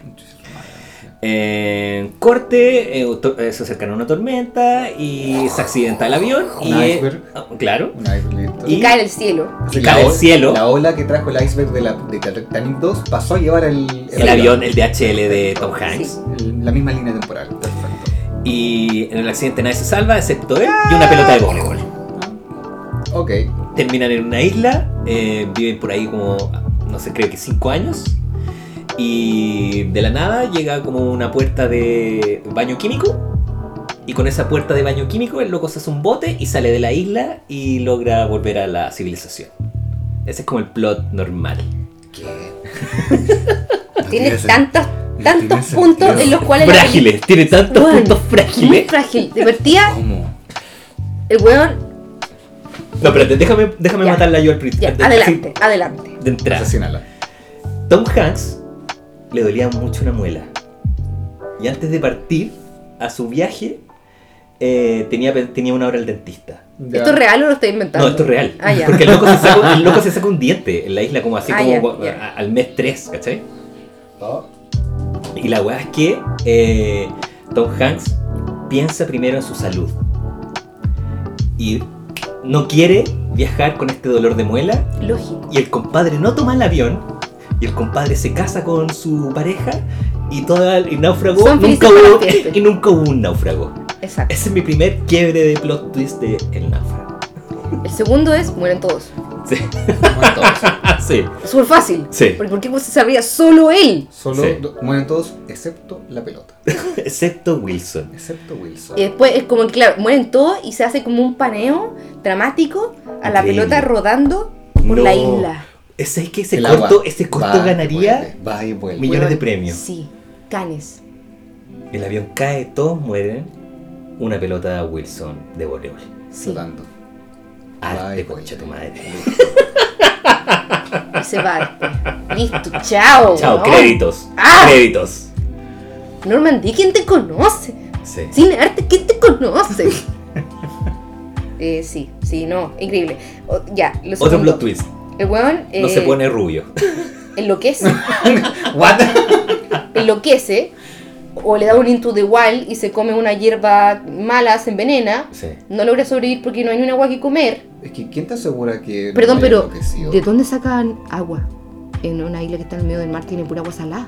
Speaker 3: Eh, corte, eh, to- eh, se acercan a una tormenta y se accidenta el avión. Y,
Speaker 2: Un
Speaker 3: eh,
Speaker 2: iceberg.
Speaker 3: ah, claro.
Speaker 2: Un iceberg, listo.
Speaker 1: Y
Speaker 3: Y-
Speaker 1: cae del cielo.
Speaker 2: Así
Speaker 3: y
Speaker 2: que la
Speaker 3: cae del
Speaker 2: ola-
Speaker 3: cielo.
Speaker 2: La ola que trajo el iceberg de, la, de Titanic 2 pasó a llevar el,
Speaker 3: El avión, el DHL de Tom Hanks.
Speaker 2: El- La misma línea temporal. Perfecto.
Speaker 3: Y en el accidente nadie se salva, excepto él y una pelota
Speaker 2: Ah,
Speaker 3: de voleibol.
Speaker 2: Ok.
Speaker 3: terminan en una isla, eh, viven por ahí como, no sé, creo que cinco años. Y de la nada llega como una puerta de baño químico. Y con esa puerta de baño químico el loco se hace un bote y sale de la isla y logra volver a la civilización. Ese es como el plot normal.
Speaker 2: ¿Qué?
Speaker 1: Tienes tantos, tantos puntos en los cuales. la
Speaker 3: Frágiles, tiene tantos
Speaker 1: Bueno,
Speaker 3: puntos
Speaker 1: peli- Muy
Speaker 3: frágiles.
Speaker 1: frágil. Divertida.
Speaker 2: ¿Cómo?
Speaker 1: El hueón.
Speaker 3: No, espérate, déjame, déjame
Speaker 1: Ya.
Speaker 3: matarla yo al principio.
Speaker 1: Ya,
Speaker 3: de-
Speaker 1: adelante, adelante.
Speaker 3: De entrada.
Speaker 2: Asesínala.
Speaker 3: Tom Hanks le dolía mucho una muela. Y antes de partir a su viaje, eh, tenía, tenía una hora al dentista.
Speaker 2: Ya.
Speaker 1: ¿Esto es real o lo estoy inventando?
Speaker 3: No, esto es real.
Speaker 1: Ah, ya.
Speaker 3: Porque el loco, se saca, el loco se saca un diente en la isla, como así
Speaker 1: Ah,
Speaker 3: como
Speaker 1: ya, ya.
Speaker 3: a- al mes 3, ¿cachai?
Speaker 2: Oh,
Speaker 3: Y la weá es que eh, Tom Hanks piensa primero en su salud. Y no quiere viajar con este dolor de muela
Speaker 1: Lógico.
Speaker 3: y el compadre no toma el avión y el compadre se casa con su pareja y todo el y náufrago
Speaker 1: Son
Speaker 3: nunca
Speaker 1: felices para
Speaker 3: hubo,
Speaker 1: la fiesta.
Speaker 3: y nunca hubo un náufrago.
Speaker 1: Exacto.
Speaker 3: Ese es mi primer quiebre de plot twist de El náufrago.
Speaker 1: El segundo es mueren todos.
Speaker 3: Sí,
Speaker 2: mueren todos.
Speaker 3: Ah, sí,
Speaker 1: Súper fácil.
Speaker 3: Sí.
Speaker 1: Porque ¿por qué pues, se sabría solo él?
Speaker 2: Solo
Speaker 3: Sí.
Speaker 2: do- mueren todos excepto la pelota.
Speaker 3: excepto Wilson.
Speaker 2: Excepto Wilson.
Speaker 1: Y después es como que, claro, mueren todos y se hace como un paneo dramático a la
Speaker 3: Increíble.
Speaker 1: pelota rodando por
Speaker 3: No.
Speaker 1: la isla.
Speaker 3: Ese es que ese
Speaker 2: El
Speaker 3: corto,
Speaker 2: agua
Speaker 3: ese
Speaker 2: va
Speaker 3: corto
Speaker 2: y
Speaker 3: ganaría
Speaker 2: vuelve, Va y vuelve.
Speaker 3: millones de
Speaker 1: Huevón,
Speaker 3: premios.
Speaker 1: Sí, canes.
Speaker 3: El avión cae, todos mueren. Una pelota de Wilson de voleibol.
Speaker 1: Sí.
Speaker 2: Flotando. Va y
Speaker 3: Arte,
Speaker 2: vuelve.
Speaker 3: Ah, concha tu madre.
Speaker 1: Y se va. Listo, chao.
Speaker 3: Chao,
Speaker 1: Oh, ¿no?
Speaker 3: créditos.
Speaker 1: Ah.
Speaker 3: Créditos.
Speaker 1: Norman Dickens te conoce.
Speaker 3: Sí.
Speaker 1: Sin arte, ¿quién te conoce? eh, sí, sí, no, increíble. O- ya, lo
Speaker 3: Otro
Speaker 1: segundo.
Speaker 3: plot twist.
Speaker 1: El weón eh,
Speaker 3: No se pone rubio.
Speaker 1: enloquece,
Speaker 2: What?
Speaker 1: enloquece, o le da un into the wild y se come una hierba mala, se envenena,
Speaker 3: Sí.
Speaker 1: no logra sobrevivir porque no hay ni un agua que comer.
Speaker 2: Es que ¿quién te asegura que
Speaker 1: Perdón,
Speaker 2: no haya
Speaker 1: pero
Speaker 2: enloquecido?
Speaker 1: ¿de dónde sacan agua? En una isla que está en medio del mar tiene pura agua salada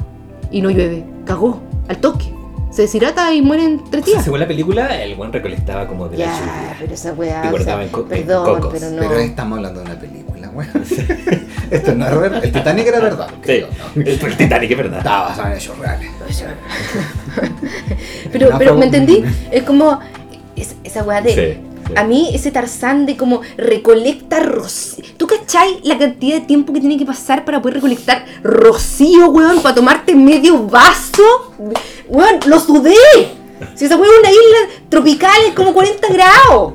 Speaker 1: y no llueve. Cagó, al toque. Se deshidrata y mueren tres
Speaker 3: O sea,
Speaker 1: días.
Speaker 3: según la película, el buen recolectaba como de la
Speaker 1: Ya,
Speaker 3: lluvia.
Speaker 1: pero esa weá.
Speaker 3: Y
Speaker 1: o
Speaker 3: guardaba
Speaker 1: sea,
Speaker 3: en co- en
Speaker 1: perdón,
Speaker 3: cocos.
Speaker 1: pero no.
Speaker 2: Pero estamos hablando de una película, weón. Esto no es verdad. El Titanic era verdad. creo,
Speaker 3: Sí,
Speaker 2: ¿no?
Speaker 3: el, el Titanic es verdad.
Speaker 2: Estaba basado en hechos reales.
Speaker 1: Pero,
Speaker 2: No,
Speaker 1: pero
Speaker 2: fue
Speaker 1: ¿me
Speaker 2: un-
Speaker 1: entendí? Es como es- esa weá de...
Speaker 3: Sí,
Speaker 1: A mí ese Tarzán de como recolecta rocío. ¿Tú cachai la cantidad de tiempo que tiene que pasar para poder recolectar rocío, weón? Para tomarte medio vaso. Weón, lo sudé. Si esa weá es una isla tropical, es como 40 grados.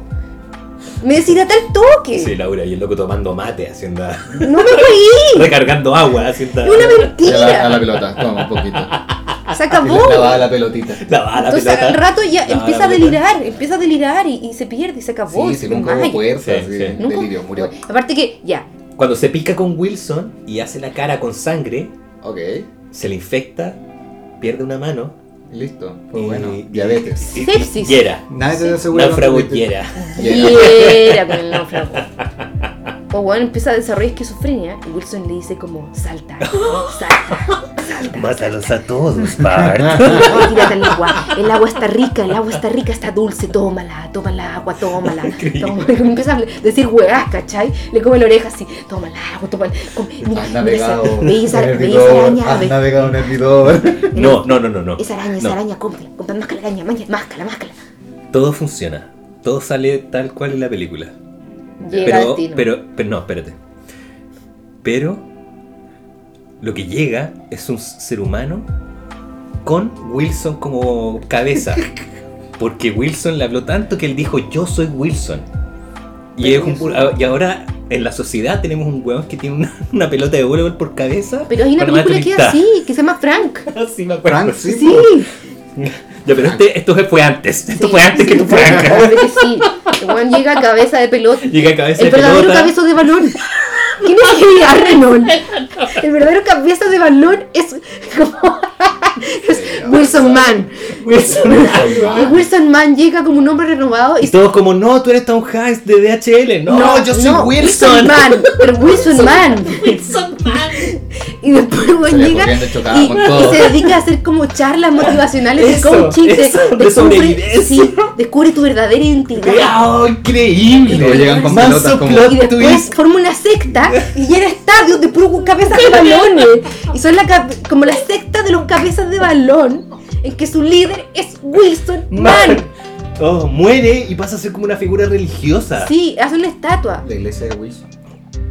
Speaker 1: Me deshidrata el toque.
Speaker 3: Sí, Laura, y el loco tomando mate, haciendo.
Speaker 1: No me reí.
Speaker 3: recargando agua, haciendo.
Speaker 1: Es una
Speaker 2: Y a la, a la
Speaker 1: mentira.
Speaker 2: pelota, toma un poquito. Y
Speaker 1: Se
Speaker 2: le
Speaker 1: acabó.
Speaker 2: clavaba la pelotita.
Speaker 3: La va, la
Speaker 1: Entonces
Speaker 3: pelota.
Speaker 1: al rato ya
Speaker 3: La va,
Speaker 1: empieza
Speaker 3: la
Speaker 1: a
Speaker 3: pelota.
Speaker 1: delirar, empieza a delirar y, y se pierde y se acabó.
Speaker 2: Sí,
Speaker 1: y
Speaker 2: sí,
Speaker 1: se
Speaker 2: nunca hubo
Speaker 1: desmaya.
Speaker 2: fuerza,
Speaker 3: Sí,
Speaker 2: sí,
Speaker 3: sí.
Speaker 1: Nunca-
Speaker 2: delirio, murió.
Speaker 1: Aparte que, ya,
Speaker 3: Cuando se pica con Wilson y hace la cara con sangre,
Speaker 2: Ok,
Speaker 3: se le infecta, pierde una mano.
Speaker 2: listo.
Speaker 3: y-
Speaker 2: Fue bueno.
Speaker 3: y-
Speaker 2: Diabetes.
Speaker 3: y- y-
Speaker 1: Sepsis.
Speaker 3: Hiera.
Speaker 2: Nadie te asegura.
Speaker 3: Náufrago
Speaker 2: que-
Speaker 3: hiera.
Speaker 2: Hiera.
Speaker 1: Quiera con el náufrago. O bueno, empieza a desarrollar esquizofrenia y Wilson le dice como, salta, salta, salta.
Speaker 3: Mátalos a todos, Bart.
Speaker 1: Tírate al agua, el agua está rica, el agua está rica, está dulce, tómala, tómala agua, tómala, tómala. Empieza a decir hueás, ¿cachai? Le come la oreja así, tómala agua, tómala. come- Mira, mira
Speaker 2: Has
Speaker 1: esa,
Speaker 2: navegado
Speaker 1: ve esa,
Speaker 2: en el
Speaker 1: ve esa
Speaker 2: hervidor.
Speaker 1: araña,
Speaker 2: Has
Speaker 1: ve-
Speaker 2: navegado en el hervidor.
Speaker 3: No, no, no, no. no.
Speaker 1: esa araña,
Speaker 3: Ah, No.
Speaker 1: esa araña, cómprala, cómprala, máscala, araña, máscala, máscala.
Speaker 3: Todo funciona. Todo sale tal cual en la película.
Speaker 1: Llega a
Speaker 3: Pero,
Speaker 1: destino.
Speaker 3: pero, pero no, espérate. Pero lo que llega es un ser humano con Wilson como cabeza. Porque Wilson le habló tanto que él dijo, yo soy Wilson. Y,
Speaker 1: Pero
Speaker 3: es un
Speaker 1: Wilson-
Speaker 3: pu- y ahora en la sociedad tenemos un huevón que tiene una, una pelota de voleibol por cabeza.
Speaker 1: Pero hay una
Speaker 3: para matar
Speaker 1: película que
Speaker 3: amistad.
Speaker 1: es así, que se llama Frank.
Speaker 3: Sí, me acuerdo.
Speaker 2: Frank, sí.
Speaker 1: Sí.
Speaker 2: po.
Speaker 3: Ya, pero este, esto fue antes. Esto
Speaker 1: Sí.
Speaker 3: fue antes que tu Frank.
Speaker 1: Obvio que sí. El weón llega a cabeza de pelota.
Speaker 3: Llega a cabeza
Speaker 1: El
Speaker 3: de
Speaker 1: verdadero
Speaker 3: pelota.
Speaker 1: cabezo de balón. ¿Quién es Henry Arrenon? El verdadero cabeza de balón es como es Wilson Mann.
Speaker 3: Wilson.
Speaker 1: Y Wilson Mann llega como un hombre renovado
Speaker 3: Y
Speaker 1: y
Speaker 3: todos como, no, tú eres Tom Hanks de DHL. No, yo soy
Speaker 1: no,
Speaker 3: Wilson.
Speaker 1: Mann, pero Wilson Mann. Y después weón,
Speaker 2: Salía
Speaker 1: llega
Speaker 2: corriendo, chocaba
Speaker 1: y,
Speaker 2: con
Speaker 1: y
Speaker 2: todo.
Speaker 1: se dedica a hacer como charlas motivacionales
Speaker 3: Eso,
Speaker 1: de coaching. de-
Speaker 3: eso, de sobrevivencia.
Speaker 1: sí, descubre tu verdadera identidad.
Speaker 3: ¡Wow! ¡Increíble!
Speaker 2: Y luego llegan con
Speaker 3: Manso
Speaker 2: pelotas como-
Speaker 3: plot
Speaker 1: Y después
Speaker 3: twist.
Speaker 1: forma una secta y llena estadios de puros cabezas de balones. Y son la cap- como la secta de los cabezas de balón, en que su líder es Wilson Mann.
Speaker 3: Oh, muere y pasa a ser como una figura religiosa.
Speaker 1: Sí, hace una estatua.
Speaker 2: La iglesia de Wilson.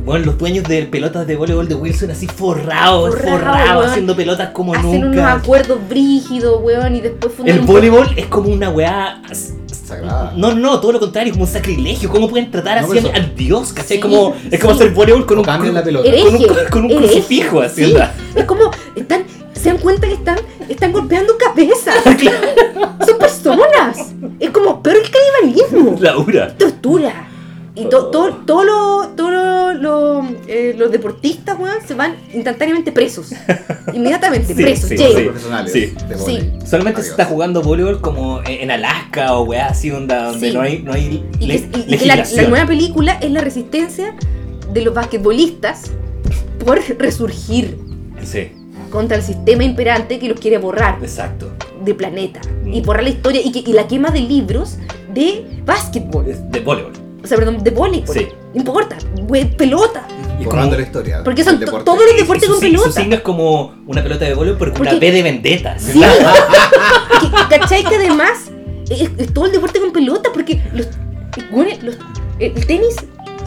Speaker 3: Bueno, los dueños de pelotas de voleibol de Wilson así forrados,
Speaker 1: Forrados,
Speaker 3: forrados,
Speaker 1: weón.
Speaker 3: haciendo pelotas como
Speaker 1: Hacen unos
Speaker 3: nunca.
Speaker 1: acuerdos brígidos, weón, y después fundan
Speaker 3: El
Speaker 1: un-
Speaker 3: voleibol es como una weá. as-
Speaker 2: Sagrada.
Speaker 3: No, no, todo lo contrario, es como un sacrilegio. ¿Cómo pueden tratar
Speaker 2: No,
Speaker 3: así
Speaker 2: pero
Speaker 3: a
Speaker 2: eso-
Speaker 3: Dios? ¿cachai?
Speaker 1: Sí,
Speaker 3: como, es como
Speaker 1: sí.
Speaker 3: hacer voleibol con
Speaker 2: O
Speaker 3: un,
Speaker 2: cambian la pelota.
Speaker 1: Hereje,
Speaker 3: con un, con un
Speaker 1: hereje.
Speaker 3: crucifijo así.
Speaker 1: Sí,
Speaker 3: onda.
Speaker 1: es como están, se dan cuenta que están, están golpeando cabezas. Son personas. Es como peor que el canibalismo.
Speaker 3: Laura.
Speaker 1: Tortura. Y to- to-
Speaker 3: Oh.
Speaker 1: todo lo- todo lo- lo, eh, los deportistas, weón, se van instantáneamente presos. Inmediatamente
Speaker 3: Sí,
Speaker 1: presos.
Speaker 3: sí,
Speaker 1: jail.
Speaker 2: Los profesionales
Speaker 3: Sí.
Speaker 2: de
Speaker 1: Sí.
Speaker 2: voleibol.
Speaker 3: Solamente se
Speaker 2: Adiós.
Speaker 3: está jugando voleibol como en en Alaska o weá así, onda, donde
Speaker 1: Sí.
Speaker 3: no hay, no hay
Speaker 1: Y,
Speaker 3: le-
Speaker 1: que- y- y que la, la
Speaker 3: legislación.
Speaker 1: nueva película es la resistencia de los basquetbolistas por resurgir
Speaker 3: Sí,
Speaker 1: contra el sistema imperante que los quiere borrar.
Speaker 3: exacto.
Speaker 1: de planeta
Speaker 3: Mm.
Speaker 1: y borrar la historia y, que- y la quema de libros de básquetbol,
Speaker 3: Es De voleibol.
Speaker 1: o sea, perdón, de voleibol,
Speaker 3: Sí.
Speaker 1: no importa, we- pelota,
Speaker 3: Y es
Speaker 2: Borrando
Speaker 3: como-
Speaker 2: la historia.
Speaker 1: porque
Speaker 2: del
Speaker 1: son to-
Speaker 2: deporte.
Speaker 1: todos los deportes
Speaker 3: su
Speaker 1: con
Speaker 3: sig- Su
Speaker 1: pelota.
Speaker 3: signo es como una pelota de voleibol, pero con
Speaker 1: Porque-
Speaker 3: una B de vendetta.
Speaker 1: Sí. Que- ¿Cachai que además es, es todo el deporte con pelota? Porque los, bueno, los- el tenis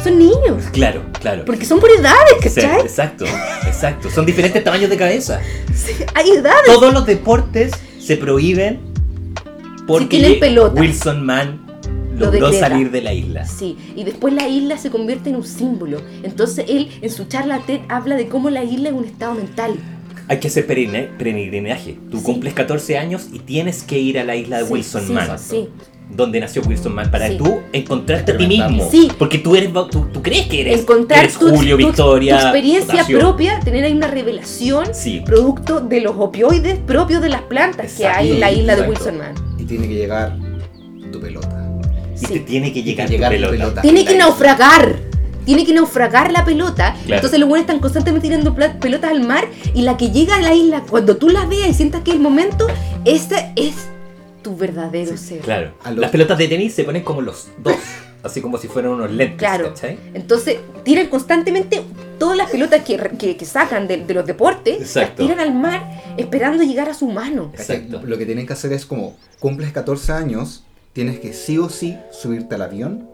Speaker 1: son niños,
Speaker 3: pues, Claro, claro.
Speaker 1: porque son por edades,
Speaker 3: Sí,
Speaker 1: ¿cachai?
Speaker 3: exacto, exacto. Son diferentes tamaños de cabeza.
Speaker 1: Hay edades.
Speaker 3: Todos los deportes se prohíben porque
Speaker 1: tienen pelota.
Speaker 3: Wilson Mann
Speaker 1: Lo
Speaker 3: logró
Speaker 1: decreta.
Speaker 3: salir de la isla.
Speaker 1: Sí, y después la isla se convierte en un símbolo. Entonces él, en su charla TED, habla de cómo la isla es un estado mental.
Speaker 3: Hay que hacer peregrine- peregrinaje. Tú
Speaker 1: Sí.
Speaker 3: cumples 14 años y tienes que ir a la isla de
Speaker 1: Sí,
Speaker 3: Wilson
Speaker 1: sí,
Speaker 3: Man,
Speaker 1: sí.
Speaker 3: donde nació Wilson Man, para
Speaker 1: Sí.
Speaker 3: tú encontrarte a ti
Speaker 2: Experimentar.
Speaker 3: mismo.
Speaker 1: Sí.
Speaker 3: Porque tú eres, va- tú, tú crees que eres,
Speaker 1: encontrar
Speaker 3: eres
Speaker 1: tu,
Speaker 3: Julio,
Speaker 1: tu-
Speaker 3: Victoria,
Speaker 1: tu experiencia
Speaker 3: Horacio.
Speaker 1: propia, tener ahí una revelación
Speaker 3: Sí.
Speaker 1: producto de los opioides propios de las plantas que
Speaker 3: Exacto,
Speaker 1: hay en la isla de
Speaker 2: exacto.
Speaker 1: Wilson Man.
Speaker 2: Y tiene que llegar tu pelota.
Speaker 3: Y te tiene que llegar, tu
Speaker 2: llegar tu
Speaker 3: pelota.
Speaker 2: pelota.
Speaker 1: Tiene que
Speaker 2: Ahí.
Speaker 1: naufragar. Tiene que naufragar la pelota.
Speaker 3: Claro.
Speaker 1: Entonces los buenos están constantemente tirando pla- pelotas al mar y la que llega a la isla, cuando tú la veas y sientas que es el momento, ese es tu verdadero ser.
Speaker 3: Claro.
Speaker 2: A los-
Speaker 3: Las pelotas de tenis se ponen como los dos, así como si fueran unos lentes,
Speaker 1: Claro.
Speaker 3: ¿cachai?
Speaker 1: Entonces tiran constantemente todas las pelotas que, que- que sacan de, de los deportes, las
Speaker 3: Exacto.
Speaker 1: tiran al mar esperando llegar a su mano.
Speaker 2: ¿Cachai?
Speaker 3: Exacto.
Speaker 2: Lo que tienen que hacer es como cumples 14 años, tienes que sí o sí subirte al avión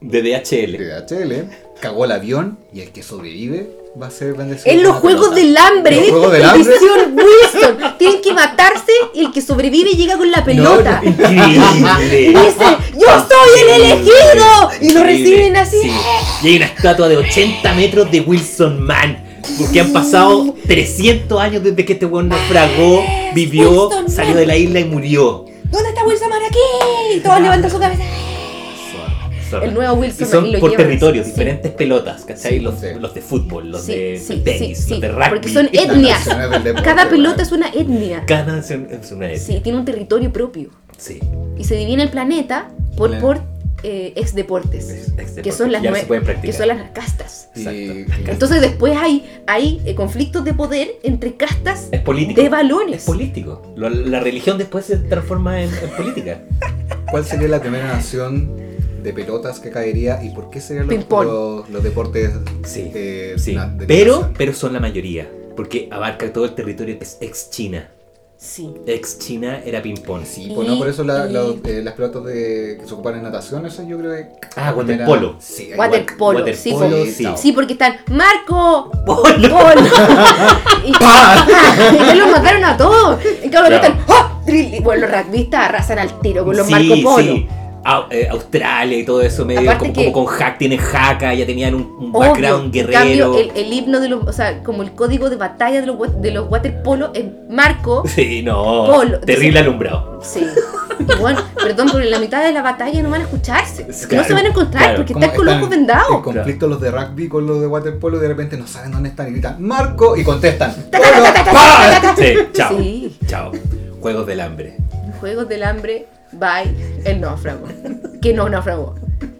Speaker 3: De DHL.
Speaker 2: de DHL, cagó el avión y el que sobrevive va a ser bendecido.
Speaker 1: En
Speaker 2: con
Speaker 1: los
Speaker 2: la
Speaker 1: Juegos
Speaker 2: pelota.
Speaker 1: del Hambre.
Speaker 2: Los Juegos del Hambre.
Speaker 1: edición Wilson. Tienen que matarse y el que sobrevive llega con la pelota. Y
Speaker 3: Increíble.
Speaker 1: dice, yo soy el elegido. Y lo reciben así.
Speaker 3: Sí. Y hay una estatua de 80 metros de Wilson Mann. Porque han pasado 300 años desde que este weón naufragó, vivió,
Speaker 1: Ah, Wilson
Speaker 3: salió
Speaker 1: Mann.
Speaker 3: de la isla y murió.
Speaker 1: ¿Dónde está Wilson Man aquí? Y todos levantan su cabeza.
Speaker 3: Sorry.
Speaker 1: El nuevo Wilson
Speaker 3: Y son
Speaker 1: Mann, y lo
Speaker 3: por
Speaker 1: llevan.
Speaker 3: territorios,
Speaker 1: Sí.
Speaker 3: diferentes pelotas, ¿cachai?
Speaker 2: Sí,
Speaker 3: los,
Speaker 2: sí.
Speaker 3: los de fútbol, los
Speaker 1: Sí,
Speaker 3: de
Speaker 1: sí,
Speaker 3: tenis,
Speaker 1: sí, sí.
Speaker 3: los de rugby.
Speaker 1: Porque son
Speaker 2: Las
Speaker 1: etnias.
Speaker 2: naciones del deporte,
Speaker 1: Cada
Speaker 2: weón.
Speaker 1: pelota es una etnia.
Speaker 3: Cada nación es una etnia.
Speaker 1: Sí, tiene un territorio propio.
Speaker 3: Sí.
Speaker 1: Y se divide el planeta por,
Speaker 2: Claro.
Speaker 1: por eh, ex deportes.
Speaker 3: Ex-
Speaker 1: Que son las
Speaker 3: ya no se
Speaker 1: nue-
Speaker 3: pueden
Speaker 1: que
Speaker 3: practicar.
Speaker 1: son las castas.
Speaker 2: Y-
Speaker 1: Entonces después hay, hay eh, conflictos de poder entre castas
Speaker 3: Es político.
Speaker 1: de balones.
Speaker 3: Es político. Lo- la religión después se transforma en, en política.
Speaker 2: ¿Cuál sería la primera nación de pelotas que caería y por qué serían los,
Speaker 1: Ping-pong.
Speaker 2: los- los deportes
Speaker 3: Sí,
Speaker 2: eh,
Speaker 3: Sí.
Speaker 2: na- de
Speaker 3: Pero,
Speaker 2: natación?
Speaker 3: pero son la mayoría. Porque abarca todo el territorio que es ex China.
Speaker 1: Sí.
Speaker 3: Ex China era ping-pong.
Speaker 2: Sí, pues no, por eso la- la- eh, las pelotas de, que se ocupan en natación, eso yo creo que.
Speaker 3: Ah,
Speaker 2: primera-
Speaker 3: waterpolo.
Speaker 2: Sí,
Speaker 1: Waterpolo,
Speaker 3: Waterpolo,
Speaker 1: sí,
Speaker 2: como-
Speaker 3: sí.
Speaker 1: Sí, porque están Marco,
Speaker 3: Polo.
Speaker 1: Polo. y, y ya los mataron a todos. Y claro,
Speaker 3: Claro.
Speaker 1: están. ¡Oh! Y, bueno, los rugbyistas arrasan al tiro con los
Speaker 3: Sí,
Speaker 1: Marco Polo.
Speaker 3: sí. Au- eh, Australia y todo eso, medio
Speaker 1: Aparte
Speaker 3: como,
Speaker 1: que-
Speaker 3: como con hack, tienen jaca, ya tenían un, un
Speaker 1: Obvio.
Speaker 3: background
Speaker 1: En
Speaker 3: guerrero.
Speaker 1: cambio, el, el himno de los. O sea, como el código de batalla de los, wa- de los waterpolo es Marco.
Speaker 3: Sí, no.
Speaker 1: Polo.
Speaker 3: Terrible alumbrado.
Speaker 1: Sí. Y bueno, perdón, pero en la mitad de la batalla no van a escucharse. no
Speaker 3: Claro,
Speaker 1: se van a encontrar
Speaker 3: claro.
Speaker 1: porque
Speaker 2: Como
Speaker 1: están con los ojos
Speaker 2: En
Speaker 1: vendados.
Speaker 2: conflicto los de rugby con los de waterpolo y de repente no saben dónde están y gritan Marco y contestan.
Speaker 3: Sí, chao.
Speaker 1: Sí.
Speaker 3: Chao. Juegos del hambre.
Speaker 1: Juegos del hambre by el náufrago. Que no náufrago.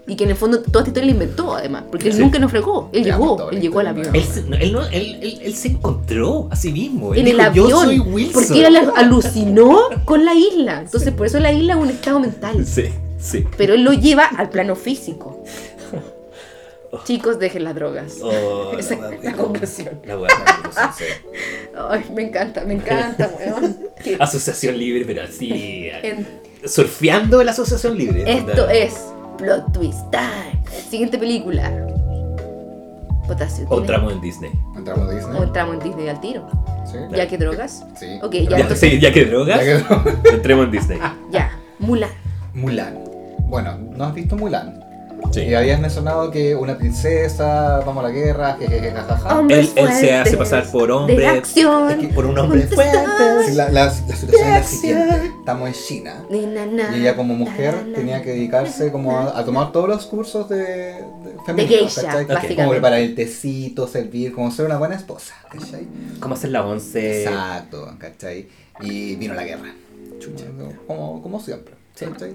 Speaker 1: Y que en el fondo toda esta historia la inventó además. Porque él
Speaker 3: Sí.
Speaker 1: nunca naufragó. Él
Speaker 2: Ya, pues,
Speaker 1: llegó,
Speaker 2: toda
Speaker 1: él
Speaker 2: la
Speaker 1: llegó al
Speaker 2: historia
Speaker 1: avión.
Speaker 3: Él, se- no, él, no- él- él- él se encontró a sí mismo. Él
Speaker 1: en el
Speaker 3: dijo,
Speaker 1: avión.
Speaker 3: Yo soy Wilson.
Speaker 1: Porque él al- alucinó con la isla. Entonces por eso la isla es un estado mental.
Speaker 3: Sí, sí.
Speaker 1: Pero él lo lleva al plano físico. Chicos, dejen las drogas.
Speaker 3: Oh, la
Speaker 1: Esa es
Speaker 3: wea-
Speaker 1: la conclusión.
Speaker 3: La wea maravillosa, sí.
Speaker 1: Ay, me encanta, me encanta, weón. Que-
Speaker 3: Asociación libre, pero así. eh,
Speaker 1: en-
Speaker 3: Surfeando la asociación libre.
Speaker 1: esto
Speaker 3: onda.
Speaker 1: es Plot Twist Time. Siguiente película. Potasio.
Speaker 3: O
Speaker 1: ¿tienes-
Speaker 3: tramo en Disney.
Speaker 2: Entramos a
Speaker 1: o
Speaker 2: Disney.
Speaker 1: entramos en Disney al tiro.
Speaker 2: Sí.
Speaker 1: ¿Ya que drogas?
Speaker 2: Sí.
Speaker 1: Ok,
Speaker 3: Ya,
Speaker 1: ya, entonces-
Speaker 3: sí, ya que drogas,
Speaker 2: Ya que-
Speaker 3: entremos en Disney.
Speaker 1: Ya. Mula.
Speaker 2: Mulan. Bueno, ¿no has visto Mulan?
Speaker 3: Sí.
Speaker 2: Y habías mencionado que una princesa, vamos a la guerra, jejeje, jajaja.
Speaker 1: Hombres
Speaker 3: Él- él se
Speaker 1: fuertes
Speaker 3: hace pasar por hombre.
Speaker 1: De acción.
Speaker 2: Es que
Speaker 3: Por un hombre
Speaker 1: ¿Dónde
Speaker 3: fuerte.
Speaker 1: estás?
Speaker 2: Sí, La, la- la situación es la siguiente. Estamos en China.
Speaker 1: Ni na, na,
Speaker 2: Y ella como
Speaker 1: na, na,
Speaker 2: mujer
Speaker 1: na.
Speaker 2: tenía que dedicarse como a, a tomar todos los cursos de, de
Speaker 1: geisha,
Speaker 2: ¿cachai? Como
Speaker 1: básicamente.
Speaker 2: preparar el tecito, servir, como ser una buena esposa, ¿cachai?
Speaker 3: ¿Cómo hacer la
Speaker 1: Eh,
Speaker 3: once?
Speaker 2: Exacto, ¿cachai? Y vino la guerra. Chucha, como, como siempre.
Speaker 3: Sí.
Speaker 2: ¿cachai?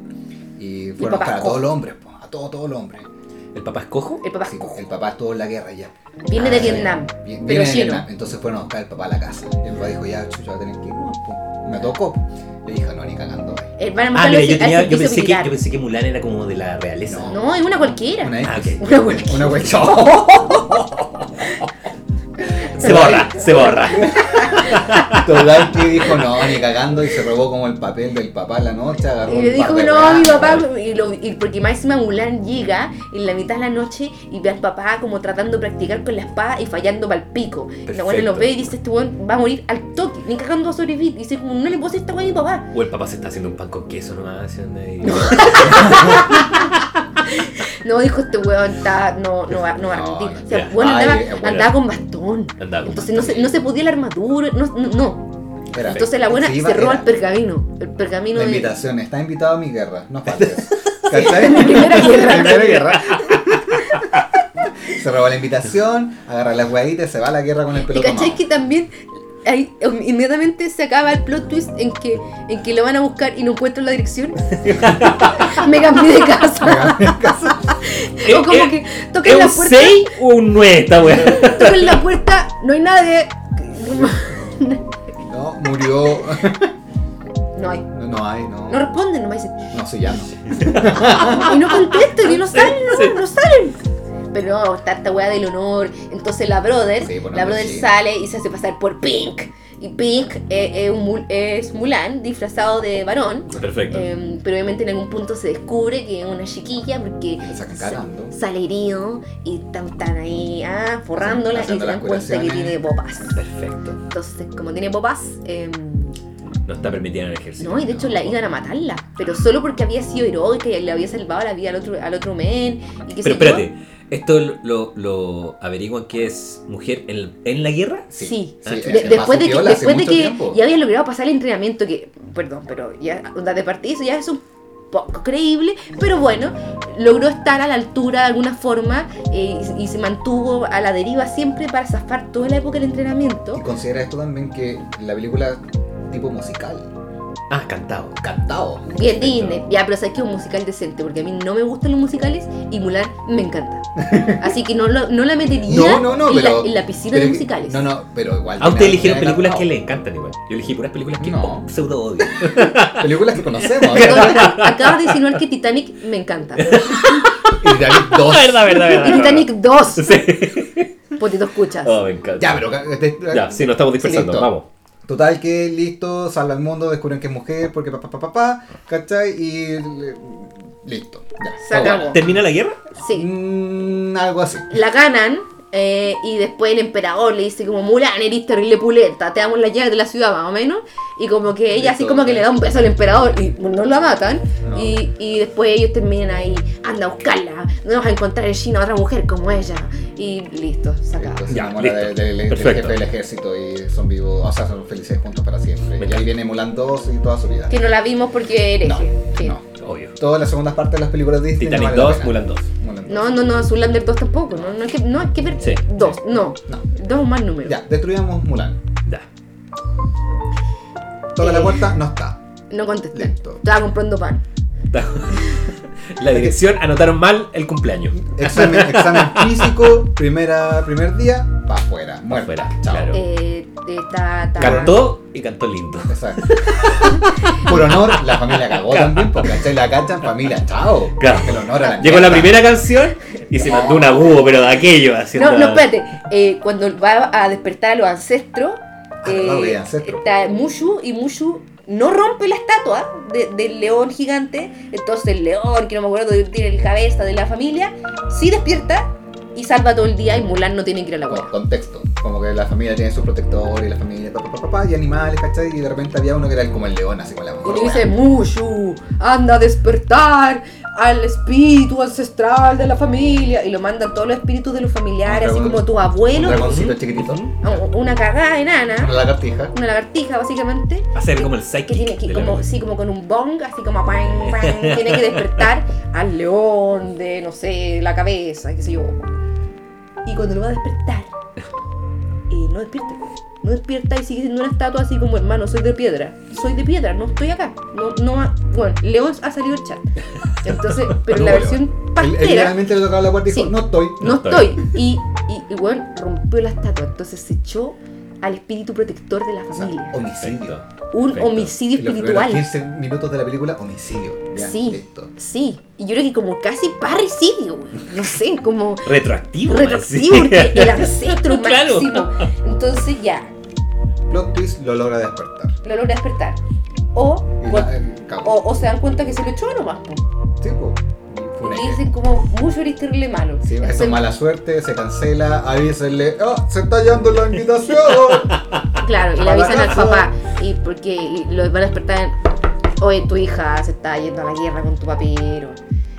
Speaker 2: Y
Speaker 1: papá
Speaker 2: fueron a buscar a
Speaker 1: cojo.
Speaker 2: todos los hombres, po, a todos, todos los hombres.
Speaker 3: ¿El papá es cojo?
Speaker 1: El papá
Speaker 2: Sí,
Speaker 1: cojo.
Speaker 2: el papá estuvo en la guerra ya.
Speaker 1: Viene de
Speaker 2: Ah, sí.
Speaker 1: Vietnam.
Speaker 2: Vi- Viene
Speaker 1: pero
Speaker 2: de
Speaker 1: chino.
Speaker 2: Vietnam. Entonces fueron a buscar al papá a la casa. Y el papá dijo, ya, chucha, va a tener que ir. No, po. Me tocó. po. Yo dije, no, ni cagando. güey.
Speaker 1: Eh, van a
Speaker 3: Ah,
Speaker 1: mostrarlo
Speaker 3: mira,
Speaker 1: al-
Speaker 3: yo,
Speaker 1: al
Speaker 3: tenía, yo,
Speaker 1: servicio
Speaker 3: pensé que,
Speaker 1: militar.
Speaker 3: yo pensé que Mulan era como de la realeza.
Speaker 2: No.
Speaker 1: No, es una cualquiera.
Speaker 2: Una
Speaker 3: Ah,
Speaker 2: X.
Speaker 3: ok.
Speaker 1: Una cualquiera.
Speaker 2: Una güey.
Speaker 3: Se borra, se borra.
Speaker 2: Total que dijo, no, ni cagando. Y se robó como el papel del papá en la noche. Agarró
Speaker 1: Y
Speaker 2: un
Speaker 1: le
Speaker 2: par
Speaker 1: dijo,
Speaker 2: de
Speaker 1: no, mi
Speaker 2: reales".
Speaker 1: papá, y, lo- y porque más encima Mulan llega en la mitad de la noche y ve al papá como tratando de practicar con la espada y fallando pa'l pico. Y La buena lo
Speaker 3: Perfecto.
Speaker 1: ve y dice, este weón va a morir al toque, ni cagando va a sobrevivir. Y dice, como, no le puedo hacer esta weón a mi papá.
Speaker 3: O el papá se está haciendo un pan con queso nomás. y anda ahí.
Speaker 1: No, dijo, este weón está, no, no va, no va a
Speaker 2: No,
Speaker 1: rendir. O
Speaker 2: no,
Speaker 1: sea,
Speaker 3: ya.
Speaker 1: bueno,
Speaker 2: Ay,
Speaker 1: andaba,
Speaker 2: eh, bueno.
Speaker 1: andaba con bastón.
Speaker 3: Andaba con
Speaker 1: Entonces no se, no se podía la armadura, no, no, no.
Speaker 2: Espera,
Speaker 1: Entonces la buena
Speaker 2: se
Speaker 1: se
Speaker 2: iba-
Speaker 1: roba
Speaker 2: era
Speaker 1: el pergamino. El pergamino
Speaker 2: La
Speaker 1: de...
Speaker 2: invitación, está invitado a mi guerra, no faltes. ¿Cachai?
Speaker 1: Primera guerra.
Speaker 2: Primera guerra. Se robó la invitación, agarra las guaitas, se va a la guerra con el
Speaker 1: Y
Speaker 2: pelo tomado.
Speaker 1: cachai que también ahí, um, inmediatamente se acaba el plot twist en que, en que lo van a buscar y no encuentran la dirección. Me cambié de casa. o como
Speaker 3: Eh,
Speaker 1: que
Speaker 3: ¿Es
Speaker 1: tocan la
Speaker 3: un
Speaker 1: puerta.
Speaker 3: 6 o un 9 esta weá?
Speaker 1: Tocan la puerta, no hay nadie.
Speaker 2: No, murió.
Speaker 1: No hay.
Speaker 2: No hay, no.
Speaker 1: No responden, nomás dicen.
Speaker 2: No, sí, ya no.
Speaker 1: Y no contestan, y no salen, no, no salen. Pero no, está esta weá del honor. Entonces la brother,
Speaker 2: Sí, bueno,
Speaker 1: la
Speaker 2: pues
Speaker 1: brother
Speaker 2: sí.
Speaker 1: sale y se hace pasar por Pink. Y Pink eh, eh, un mul- es Mulan disfrazado de varón.
Speaker 3: Perfecto.
Speaker 1: Eh, pero obviamente en algún punto se descubre que es una chiquilla porque
Speaker 2: Le sacan
Speaker 1: sa-
Speaker 2: cagando.
Speaker 1: sale herido y están tan ahí ah, forrándola y se
Speaker 2: Haciendo
Speaker 1: dan
Speaker 2: las
Speaker 1: cuenta que
Speaker 2: curaciones.
Speaker 1: tiene bopas.
Speaker 3: Perfecto.
Speaker 1: Entonces, como tiene bopas, eh,
Speaker 3: No está permitida en el ejército.
Speaker 1: no, y de hecho la iban a matarla, pero solo porque había sido heroica y le había salvado la vida al otro, al otro men. Y qué sé
Speaker 3: Pero
Speaker 1: yo.
Speaker 3: espérate, ¿esto lo, lo, lo averiguan que es mujer en, el- en la guerra?
Speaker 1: Sí.
Speaker 2: Sí,
Speaker 1: De-
Speaker 2: se- se pasó
Speaker 1: después de que,
Speaker 2: piola hace
Speaker 1: después de
Speaker 2: mucho
Speaker 1: que
Speaker 2: tiempo.
Speaker 1: ya había logrado pasar el entrenamiento, que, perdón, pero ya, onda, de partida eso ya es un poco creíble, pero bueno, logró estar a la altura de alguna forma eh, y, y se mantuvo a la deriva siempre para zafar toda la época del
Speaker 2: Y
Speaker 1: entrenamiento.
Speaker 2: considera esto también que la película tipo musical,
Speaker 3: Ah, cantado.
Speaker 2: cantado.
Speaker 1: Bien Disney, ya, pero sabes que es un musical decente, porque a mí no me gustan los musicales y Mulan me encanta. Así que no, lo- no la metería
Speaker 2: No, no, no,
Speaker 1: en,
Speaker 2: pero-
Speaker 1: la, en la piscina
Speaker 2: Pero
Speaker 1: de
Speaker 2: que-
Speaker 1: musicales.
Speaker 2: No, no, pero igual.
Speaker 3: Ah,
Speaker 2: tiene-
Speaker 3: ustedes eligieron
Speaker 2: tiene
Speaker 3: películas que
Speaker 2: cantado.
Speaker 3: les encantan igual. Yo elegí puras películas que oh,
Speaker 2: No.
Speaker 3: pseudo odio.
Speaker 2: Películas que conocemos.
Speaker 1: Perdón, acabas de insinuar que Titanic me encanta.
Speaker 2: Y Titanic 2.
Speaker 3: verdad, verdad,
Speaker 1: Y Titanic 2,
Speaker 3: Sí.
Speaker 1: potito escuchas.
Speaker 3: Oh, me encanta.
Speaker 2: Ya, pero. eh,
Speaker 3: Ya, sí, nos estamos dispersando.
Speaker 2: Listo.
Speaker 3: Vamos.
Speaker 2: Total que listo, sale al mundo, descubren que es mujer, porque papá, papá, papá, ¿cachai? Y le- listo. Ya.
Speaker 1: Se acabó.
Speaker 3: ¿Termina la guerra?
Speaker 1: Sí.
Speaker 2: Mm, algo así.
Speaker 1: La ganan eh, y después el emperador le dice como Mulan, eres terrible pulenta, te damos las llaves de la ciudad más o menos. Y como que ella así
Speaker 2: Listo,
Speaker 1: como que
Speaker 2: ok.
Speaker 1: le da un beso al emperador y no la matan.
Speaker 2: No.
Speaker 1: Y, y después ellos terminan ahí, anda a buscarla, no vas a encontrar en China otra mujer como ella. Y listo, se acaba.
Speaker 2: Entonces
Speaker 3: Ya,
Speaker 2: se enamora de-
Speaker 3: listo.
Speaker 2: de- de- del
Speaker 3: Perfecto.
Speaker 2: jefe del ejército y son vivos, o sea, son felices juntos para siempre. Y
Speaker 3: encanta.
Speaker 2: ahí viene Mulan 2 y toda su vida.
Speaker 1: Que no la vimos porque eres.
Speaker 2: No, no.
Speaker 3: Obvio.
Speaker 2: Todas las segundas partes de las películas Disney. no
Speaker 3: Titanic
Speaker 2: vale la
Speaker 3: 2,
Speaker 2: pena.
Speaker 3: Mulan 2.
Speaker 2: Mulan 2.
Speaker 1: No, no, no, Zoolander 2 tampoco. No, no hay que, no hay que ver
Speaker 3: Sí,
Speaker 1: dos,
Speaker 3: sí.
Speaker 1: no.
Speaker 2: No.
Speaker 1: Dos más números.
Speaker 2: Ya, destruyamos Mulan.
Speaker 3: Ya.
Speaker 2: Toca
Speaker 1: Eh.
Speaker 2: la puerta, no está.
Speaker 1: No contesté.
Speaker 2: Listo.
Speaker 1: Estaba comprando pan.
Speaker 3: La dirección anotaron mal el cumpleaños.
Speaker 2: Examen, examen físico, primera, primer día, va afuera, muerto.
Speaker 3: fuera,
Speaker 2: Chao.
Speaker 3: claro.
Speaker 1: Eh, está, está-
Speaker 3: Cantó y cantó lindo.
Speaker 2: Exacto. Por honor, la familia cagó también, porque ¿cachai? la cachan familia, chao.
Speaker 3: Claro.
Speaker 2: El honor a la
Speaker 3: Llegó la
Speaker 2: mierda.
Speaker 3: primera canción y se mandó un agudo, pero de aquello haciendo.
Speaker 1: No, no, espérate. Eh, cuando va a despertar a los ancestros,
Speaker 2: verdad,
Speaker 1: eh,
Speaker 2: Ah, de ancestros.
Speaker 1: está Mushu y Mushu no rompe la estatua de- del león gigante. Entonces el león, que no me acuerdo, tiene el cabeza de la familia, sí despierta y salva todo el día y Mulan no tiene que ir a la
Speaker 2: Con-
Speaker 1: cueva.
Speaker 2: contexto. Como que la familia tiene sus protectores y la familia, papá, papá, y animales, ¿cachai? Y de repente había uno que era el- como el león, así con la
Speaker 1: Y le dice, Mushu, anda a despertar al espíritu ancestral de la familia. Y lo mandan todos los espíritus de los familiares,
Speaker 2: Un
Speaker 1: así
Speaker 2: dragón-
Speaker 1: como tu
Speaker 2: Ah, Un
Speaker 1: abuelo,
Speaker 2: dragoncito chiquitito,
Speaker 1: una cagada enana,
Speaker 2: una lagartija.
Speaker 1: una lagartija básicamente.
Speaker 3: Hacer como el
Speaker 1: que tiene
Speaker 3: psychic.
Speaker 1: que
Speaker 3: de la
Speaker 1: como
Speaker 3: vida.
Speaker 1: sí como con un bong así como bang, bang, tiene que despertar al león de no sé la cabeza qué sé yo y cuando lo va a despertar eh, no despierta no despierta y sigue siendo una estatua así como hermano soy de piedra soy de piedra no estoy acá no no ha- bueno león ha salido el chat entonces pero
Speaker 2: No,
Speaker 1: la
Speaker 2: bueno.
Speaker 1: versión
Speaker 2: Él, él
Speaker 1: pastera
Speaker 2: realmente le tocaba la puerta y dijo,
Speaker 1: Sí.
Speaker 2: no estoy.
Speaker 1: no
Speaker 3: No estoy.
Speaker 1: estoy y y, y bueno rompió la estatua entonces se echó al espíritu protector de la
Speaker 2: O sea,
Speaker 1: familia
Speaker 2: homicidio.
Speaker 3: Perfecto.
Speaker 1: un
Speaker 3: perfecto.
Speaker 2: Y
Speaker 1: homicidio
Speaker 2: los primeros
Speaker 1: espiritual
Speaker 2: 15 minutos de la película, homicidio. Ya,
Speaker 1: Sí.
Speaker 2: Listo.
Speaker 1: Sí, y yo creo que como casi parricidio, güey. No sé, como
Speaker 3: Retroactivo.
Speaker 1: retroactivo,
Speaker 3: así.
Speaker 1: porque el ancestro
Speaker 3: Claro.
Speaker 1: máximo. Entonces ya,
Speaker 2: Plot twist lo logra despertar.
Speaker 1: lo logra despertar. O,
Speaker 2: Y
Speaker 1: o,
Speaker 2: la- eh, cagó.
Speaker 1: o- o se dan cuenta que se lo echó nomás, po.
Speaker 2: Sí, po. Y
Speaker 1: Y
Speaker 2: fue una
Speaker 1: te dicen como, mucho eres terrible malo.
Speaker 2: Sí, eso
Speaker 1: Entonces,
Speaker 2: es mala suerte, se cancela, avísenle, ¡oh! ¡Se está llevando la invitación!
Speaker 1: Claro, y le
Speaker 2: Para la
Speaker 1: avisan al
Speaker 2: casa.
Speaker 1: papá, y porque y lo van a despertar en, oye, tu hija se está yendo a la guerra con tu papiro.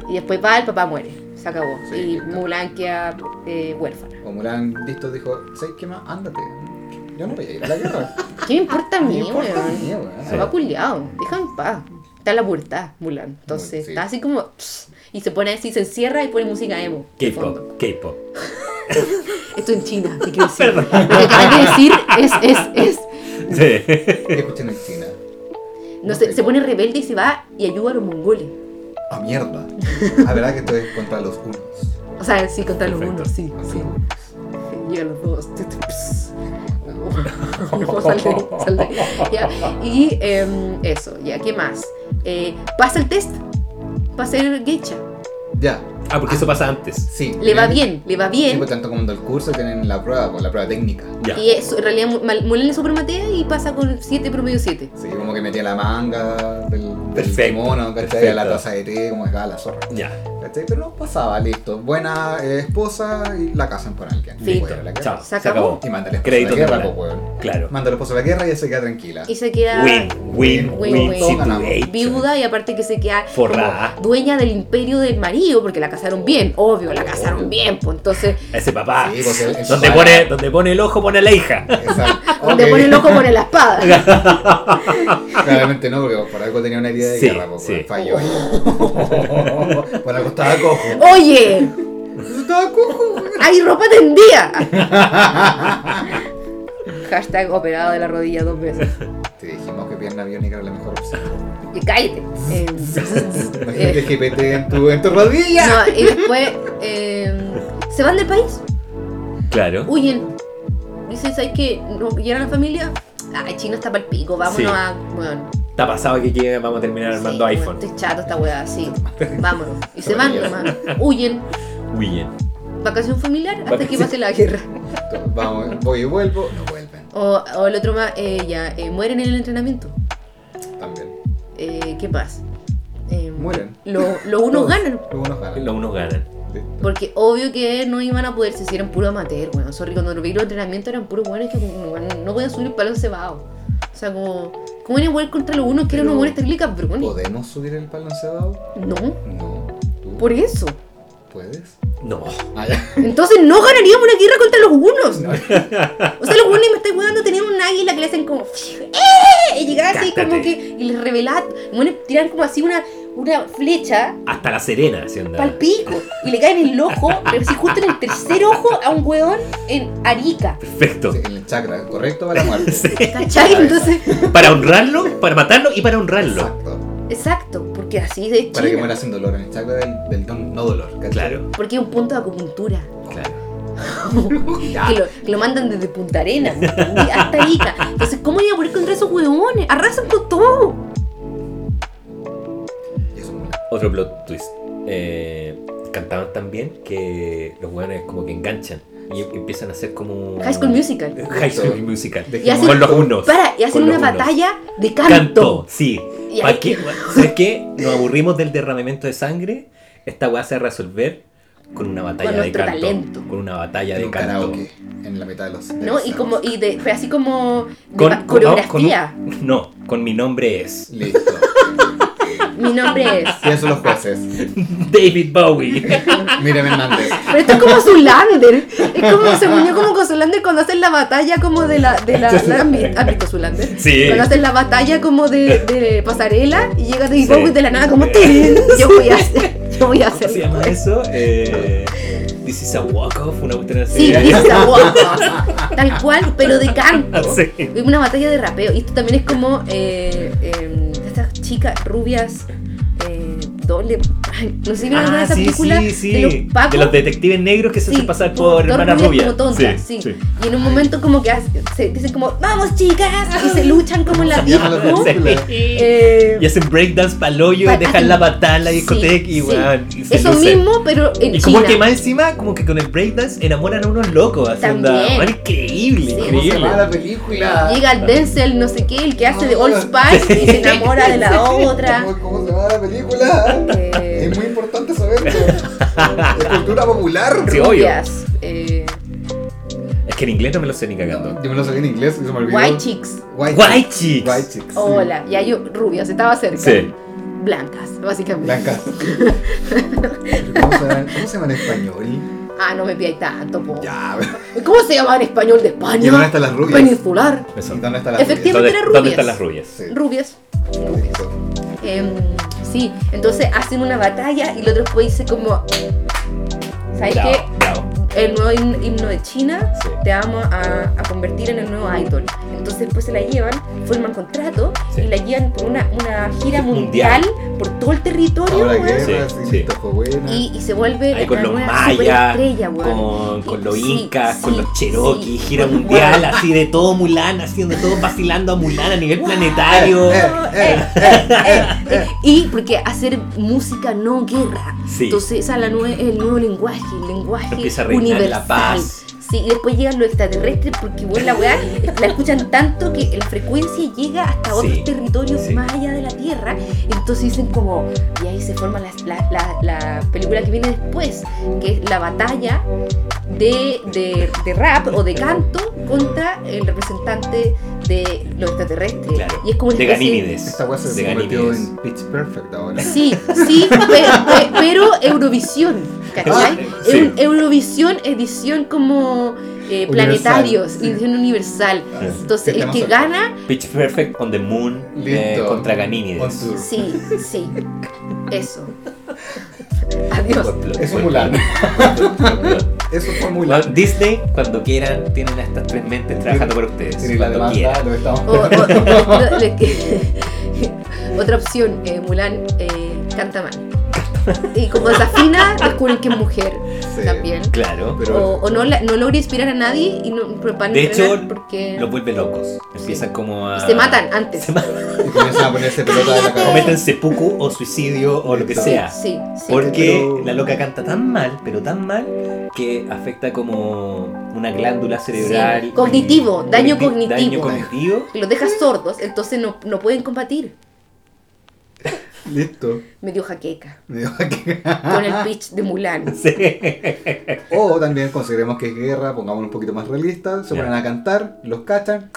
Speaker 1: Y después va, el papá muere, se acabó.
Speaker 2: Sí,
Speaker 1: y
Speaker 2: listo.
Speaker 1: Mulan queda eh, huérfana.
Speaker 2: O Mulan, listo, dijo, ¿sabes qué más? Ándate. mm, Yo no voy a ir a la guerra.
Speaker 1: ¿Qué me importa a
Speaker 2: No me
Speaker 1: mí,
Speaker 2: importa a
Speaker 1: weón?
Speaker 2: mí, weón.
Speaker 1: Se va culiado, deja en paz. Está en la puerta, Mulan. Entonces
Speaker 2: Sí.
Speaker 1: está así como. pss, Y se pone así, se encierra y pone música emo. de fondo.
Speaker 3: K-pop. K-pop.
Speaker 1: Esto en China, te quiero decir.
Speaker 3: Perdón.
Speaker 1: Lo que acabas de decir es, es, es.
Speaker 3: Sí.
Speaker 2: Escuchen en China.
Speaker 1: No sé, se pone rebelde y se va y ayuda a los mongoles.
Speaker 2: ¡A "Ah, mierda! La verdad que esto es contra los unos.
Speaker 1: O sea, sí, contra los
Speaker 3: Perfecto.
Speaker 1: unos, sí,
Speaker 2: Contra
Speaker 1: sí.
Speaker 2: los unos.
Speaker 1: Y a los dos. tu, tu, pss. No, sal de ahí, sal de ahí. Ya, Y em, eso, ya, ¿qué más? Eh, pasa el test. Pasa el geisha.
Speaker 2: Ya,
Speaker 3: Ah, porque eso pasa antes.
Speaker 2: sí.
Speaker 1: Le va bien,
Speaker 2: tienen-
Speaker 1: le va
Speaker 2: Sí,
Speaker 1: bien.
Speaker 2: pues, tanto como en el curso tienen la prueba, con la prueba técnica.
Speaker 3: Ya.
Speaker 1: Y eso, en realidad Mu- Mal- Mulan le supermatea y pasa con 7 promedio 7.
Speaker 2: Sí, como que metía la manga del, del
Speaker 3: Perfecto,
Speaker 2: kimono, ¿cachai?
Speaker 3: perfecto.
Speaker 2: A la taza de té, como dejaba la zorra.
Speaker 3: Ya.
Speaker 2: ¿Cachai? Pero no pasaba, listo. Buena eh, esposa y la casan con alguien.
Speaker 1: Fin.
Speaker 2: Fuera de la guerra.
Speaker 3: Chao.
Speaker 1: Se
Speaker 3: Se
Speaker 1: acabó.
Speaker 3: acabó.
Speaker 2: Y manda al esposo
Speaker 3: Crédito
Speaker 2: a la guerra,
Speaker 3: de
Speaker 2: pues,
Speaker 3: Mulan.
Speaker 2: weón.
Speaker 3: Claro.
Speaker 2: Manda al esposo a la guerra y ella se queda tranquila.
Speaker 1: Y se queda
Speaker 3: Win, win,
Speaker 1: Win,
Speaker 3: win,
Speaker 1: win.
Speaker 3: situation.
Speaker 1: viuda y aparte que se queda como
Speaker 3: Forrada.
Speaker 1: dueña del imperio del marido porque la casaron bien, obvio, la casaron
Speaker 2: Obvio.
Speaker 1: bien, pues entonces
Speaker 3: A ese papá.
Speaker 2: Sí, porque el-
Speaker 3: donde,
Speaker 2: el-
Speaker 3: pone, donde pone el ojo, pone la hija.
Speaker 2: Exacto.
Speaker 1: donde
Speaker 2: Ok.
Speaker 1: pone el ojo pone la espada.
Speaker 2: Claramente no, porque por algo tenía una herida de
Speaker 3: Sí,
Speaker 2: guerra, pues,
Speaker 3: sí.
Speaker 2: weón. Falló ahí.
Speaker 1: Oh.
Speaker 2: por algo estaba cojo.
Speaker 1: Oye,
Speaker 2: Estaba cojo, weón.
Speaker 1: hay ropa tendida. Hashtag operado de la rodilla dos veces.
Speaker 2: Te dijimos que pierna biónica era la mejor opción.
Speaker 1: Y cállate. Eh,
Speaker 2: Imagínate
Speaker 1: eh,
Speaker 2: GPT en tu, en tu rodilla.
Speaker 1: no, y después eh, se van del país.
Speaker 3: Claro.
Speaker 1: huyen. Dicen, ¿sabes qué? ¿No llegan a la familia? Ah, China está para el pico, vámonos
Speaker 3: Sí.
Speaker 1: a. Bueno.
Speaker 3: Está pasado que aquí vamos a terminar armando
Speaker 1: sí,
Speaker 3: iPhone.
Speaker 1: bueno, estoy chato esta weá, sí. Vámonos. Y se van nomás. Huyen.
Speaker 3: Muy bien.
Speaker 1: Vacación familiar hasta que
Speaker 3: Vacación.
Speaker 1: pase la guerra.
Speaker 2: Vamos, voy y vuelvo. No vuelven.
Speaker 1: O, o el otro más, eh, ya, eh, mueren en el entrenamiento.
Speaker 2: También.
Speaker 1: Eh, ¿Qué pasa? Eh,
Speaker 2: Mueren.
Speaker 1: Lo- los unos
Speaker 2: Todos.
Speaker 1: ganan.
Speaker 2: Los unos ganan.
Speaker 3: Los unos ganan.
Speaker 2: Listo.
Speaker 1: Porque obvio que no iban a poderse, si eran puro amateur, weón. Sorry, cuando lo vi los entrenamientos eran puros buenos que no, no podían subir el palo cebado. O sea, como. ¿Cómo iban a jugar contra los unos que eran
Speaker 2: Pero-
Speaker 1: unos buenos terribles cabrones?
Speaker 2: ¿Podemos subir el balanceado?
Speaker 1: No,
Speaker 2: No. ¿Tú
Speaker 1: por eso.
Speaker 2: puedes?
Speaker 3: No.
Speaker 2: Ah, ya.
Speaker 1: Entonces no ganaríamos una guerra contra los unos. O sea, los unos me estáis jugando, tenían un águila que le hacen como. ¡Eh! Y llegaba así como
Speaker 3: Cátate.
Speaker 1: que. Y les revelaba. Bueno, tiran como así una, una flecha
Speaker 3: Hasta la Serena, si andaba.
Speaker 1: pal pico. Y le cae en el ojo, pero así justo en el tercer ojo a un weón en Arica.
Speaker 3: Perfecto.
Speaker 2: Sí, en el chakra, correcto para la muerte.
Speaker 3: Sí.
Speaker 1: ¿Cachai? Entonces.
Speaker 3: Para honrarlo, para matarlo y para honrarlo.
Speaker 2: Exacto.
Speaker 1: Exacto, porque así de
Speaker 2: Para que
Speaker 1: China.
Speaker 2: muera sin dolor, en el chakra del, del don- no dolor. ¿cachai?
Speaker 3: Claro,
Speaker 1: Porque es un punto de acupuntura.
Speaker 3: claro.
Speaker 1: Que lo, que lo mandan desde Punta Arenas hasta Ica. Entonces, ¿cómo iba a poder contra esos huevones? Arrasan con todo.
Speaker 2: Y eso es una-
Speaker 3: Otro plot twist. Eh, cantaban tan bien que los weones como que enganchan y empiezan a hacer como.
Speaker 1: High School Musical.
Speaker 3: High School Musical.
Speaker 1: hacen-
Speaker 3: Con los unos.
Speaker 1: Para, y hacen
Speaker 3: Con
Speaker 1: una
Speaker 3: los unos.
Speaker 1: batalla de
Speaker 3: Canto,
Speaker 1: canto.
Speaker 3: sí.
Speaker 1: Y ahí-
Speaker 3: ¿Para qué? ¿Sabes qué? Nos aburrimos del derramamiento de sangre. Esta weá se va a resolver con una batalla de
Speaker 1: nuestro
Speaker 3: canto.
Speaker 1: talento.
Speaker 3: Con una batalla
Speaker 2: en
Speaker 3: de
Speaker 2: un
Speaker 3: canto.
Speaker 2: karaoke en la mitad de los. de
Speaker 1: ¿No?
Speaker 2: los
Speaker 1: Y como, y de- fue así como de ba-
Speaker 3: no, con un-
Speaker 1: coreografía.
Speaker 3: no, con mi nombre es
Speaker 2: Listo.
Speaker 1: Mi nombre es.
Speaker 2: Y eso los jueces.
Speaker 3: David Bowie.
Speaker 2: Miren Hernández.
Speaker 1: Pero esto es como Zulander. Es como se unió como con Zulander cuando hacen la batalla como de la. De la, la- ¿Has visto Zulander?
Speaker 3: Sí.
Speaker 1: Cuando hacen la batalla como de, de pasarela y llega David
Speaker 3: Sí.
Speaker 1: Bowie de la nada como "Tin". Yo voy a hacer. Yo voy a
Speaker 3: ¿Cómo se
Speaker 1: hacer.
Speaker 3: llama eso? Eh, This is a walk-off, una cuestión así.
Speaker 1: Sí, Lisa Walker. Tal cual, pero de canto.
Speaker 3: Sí.
Speaker 1: Es Una batalla de rapeo. Y esto también es como eh, eh, estas chicas rubias. eh, Doble, ay, no sé si vieron alguna de
Speaker 3: Ah,
Speaker 1: esas
Speaker 3: sí,
Speaker 1: películas
Speaker 3: sí, sí.
Speaker 1: de los pacos
Speaker 3: detectives negros que se hacen pasar por
Speaker 1: todas
Speaker 3: hermanas
Speaker 1: rubias
Speaker 3: rubias.
Speaker 1: Como tontas, sí, Y en un momento como que hace- se dicen como, vamos chicas, y se luchan como en la
Speaker 2: llama la
Speaker 1: disco.
Speaker 2: atención.
Speaker 1: Eh,
Speaker 3: Y hacen breakdance pa'loyo y
Speaker 1: pa- ah,
Speaker 3: dejan la batalla en la discoteca
Speaker 1: sí,
Speaker 3: y weón. y se
Speaker 1: Eso
Speaker 3: lucen.
Speaker 1: mismo, pero en
Speaker 3: Y
Speaker 1: China.
Speaker 3: como que más encima, como que con el breakdance enamoran a unos locos. Así onda,
Speaker 1: También.
Speaker 3: weón, increíble,
Speaker 1: Sí.
Speaker 2: ¿Cómo se
Speaker 3: increíble.
Speaker 2: llama la película?
Speaker 1: Llega
Speaker 3: Ah.
Speaker 1: el Denzel, no sé qué, el que
Speaker 2: Ah.
Speaker 1: hace de Old Spice y se enamora de la otra.
Speaker 2: ¿Cómo, cómo se llama la película?
Speaker 1: Eh,
Speaker 2: Es muy importante saberlo. Es cultura popular.
Speaker 3: Sí, obvio.
Speaker 1: rubias, eh,
Speaker 3: Es que en inglés no me lo sé ni cagando.
Speaker 2: Yo me lo sabía en inglés y se me olvidó.
Speaker 1: White Chicks.
Speaker 2: White,
Speaker 3: White
Speaker 2: Chicks.
Speaker 3: Chicks.
Speaker 2: White Chicks. sí.
Speaker 1: Hola, ya yo, rubias, estaba cerca.
Speaker 3: Sí.
Speaker 1: Blancas, básicamente.
Speaker 2: Blancas. ¿Cómo se llama- cómo se llama en español?
Speaker 1: Ah, no me pidáis tanto, po.
Speaker 2: Ya.
Speaker 1: ¿Cómo se llama en español de España?
Speaker 2: ¿Y dónde están las rubias?
Speaker 1: Peninsular.
Speaker 3: Eso.
Speaker 2: ¿Dónde está la
Speaker 1: Efectivamente.
Speaker 3: ¿Dónde,
Speaker 1: eran
Speaker 3: dónde
Speaker 1: rubias.
Speaker 3: están las rubias?
Speaker 2: Sí.
Speaker 1: Rubias.
Speaker 2: Listo.
Speaker 1: Em, sí, entonces hacen una batalla y el otro después dice como, ¿sabes
Speaker 3: Bravo,
Speaker 1: qué?
Speaker 3: bravo.
Speaker 1: El nuevo himno, himno de China
Speaker 3: Sí.
Speaker 1: te vamos a, a convertir en el nuevo idol. Entonces después se la llevan, forman contrato
Speaker 3: Sí.
Speaker 1: y la llevan por una, una gira mundial,
Speaker 3: Mundial.
Speaker 1: por todo el territorio,
Speaker 2: Ahora
Speaker 1: weón.
Speaker 2: guerra,
Speaker 3: Sí,
Speaker 2: sí,
Speaker 3: sí.
Speaker 2: listo, fue buena.
Speaker 1: Y, y se vuelve
Speaker 3: Ahí con
Speaker 1: la
Speaker 3: los
Speaker 1: nueva
Speaker 3: mayas,
Speaker 1: superestrella, weón.
Speaker 3: con, con los
Speaker 1: Sí,
Speaker 3: incas, con
Speaker 1: sí,
Speaker 3: los cherokees,
Speaker 1: sí.
Speaker 3: gira
Speaker 1: Con-
Speaker 3: mundial, así de todo Mulan, así donde todos vacilando a Mulan a nivel planetario.
Speaker 2: Eh, eh, eh, eh, eh.
Speaker 1: Y porque hacer música no guerra.
Speaker 3: Sí.
Speaker 1: Entonces, esa es la nue- el nuevo lenguaje, el lenguaje
Speaker 3: Empieza a reinar
Speaker 1: universal.
Speaker 3: la paz.
Speaker 1: Sí, y después llegan los extraterrestres porque bueno, la weá la escuchan tanto que la frecuencia llega hasta otros
Speaker 3: Sí,
Speaker 1: territorios
Speaker 3: sí.
Speaker 1: más allá de la Tierra. Entonces dicen como, y ahí se forma la, la- la- la película que viene después, que es la batalla de, de- de rap o de canto contra el representante de los extraterrestres.
Speaker 3: Claro,
Speaker 1: Y es como una
Speaker 3: de
Speaker 1: especie-
Speaker 3: Ganímedes.
Speaker 2: Esta weá
Speaker 3: de
Speaker 2: se convirtió
Speaker 3: Ganímedes.
Speaker 2: en Pitch Perfect ahora.
Speaker 1: Sí, sí, pe- pe- pero Eurovisión, ¿cachai?
Speaker 3: Ah, sí.
Speaker 1: Eu- Eurovisión edición como eh,
Speaker 2: Universal,
Speaker 1: planetarios,
Speaker 2: sí.
Speaker 1: edición universal. Entonces, el
Speaker 2: Estamos
Speaker 1: que
Speaker 2: acá.
Speaker 1: gana,
Speaker 3: Pitch Perfect on the Moon eh,
Speaker 2: Listo.
Speaker 3: contra
Speaker 2: On
Speaker 3: Ganímedes.
Speaker 2: tour.
Speaker 1: sí, sí, eso. Adiós.
Speaker 2: Eso es Mulan. Eso fue muy largo.
Speaker 3: Disney, cuando quieran, tienen a estas tres mentes trabajando para ustedes.
Speaker 2: Tiene la
Speaker 3: cuando
Speaker 2: demanda,
Speaker 3: quieran.
Speaker 2: lo estamos
Speaker 1: O- o- lo- lo que- otra opción, eh, Mulan eh, canta mal. Y como desafina, descubren que es mujer
Speaker 2: Sí.
Speaker 1: también.
Speaker 3: Claro.
Speaker 2: Pero-
Speaker 1: o o no, la- no logra inspirar a nadie y no propagan
Speaker 3: De hecho,
Speaker 1: porque
Speaker 3: Los vuelve locos. Empiezan como a.
Speaker 1: y se matan antes.
Speaker 3: Se matan.
Speaker 2: Y comienzan a ponerse pelota de la
Speaker 3: Cometen
Speaker 2: cabeza.
Speaker 3: seppuku o suicidio o lo que
Speaker 2: Listo.
Speaker 3: sea.
Speaker 1: Sí, sí.
Speaker 3: Porque
Speaker 2: Pero-
Speaker 3: la loca canta tan mal, pero tan mal, que afecta como una glándula cerebral.
Speaker 1: Sí, cognitivo, daño cognitivo.
Speaker 3: Daño cognitivo.
Speaker 1: Los dejas sordos, entonces no, no pueden combatir.
Speaker 2: Listo.
Speaker 1: Me dio jaqueca.
Speaker 2: Me dijo que-
Speaker 3: Ah,
Speaker 1: Con el pitch de Mulan.
Speaker 2: O también consideremos que es guerra, pongámonos un poquito más realistas, se
Speaker 3: Ya.
Speaker 2: ponen a cantar, los cachan,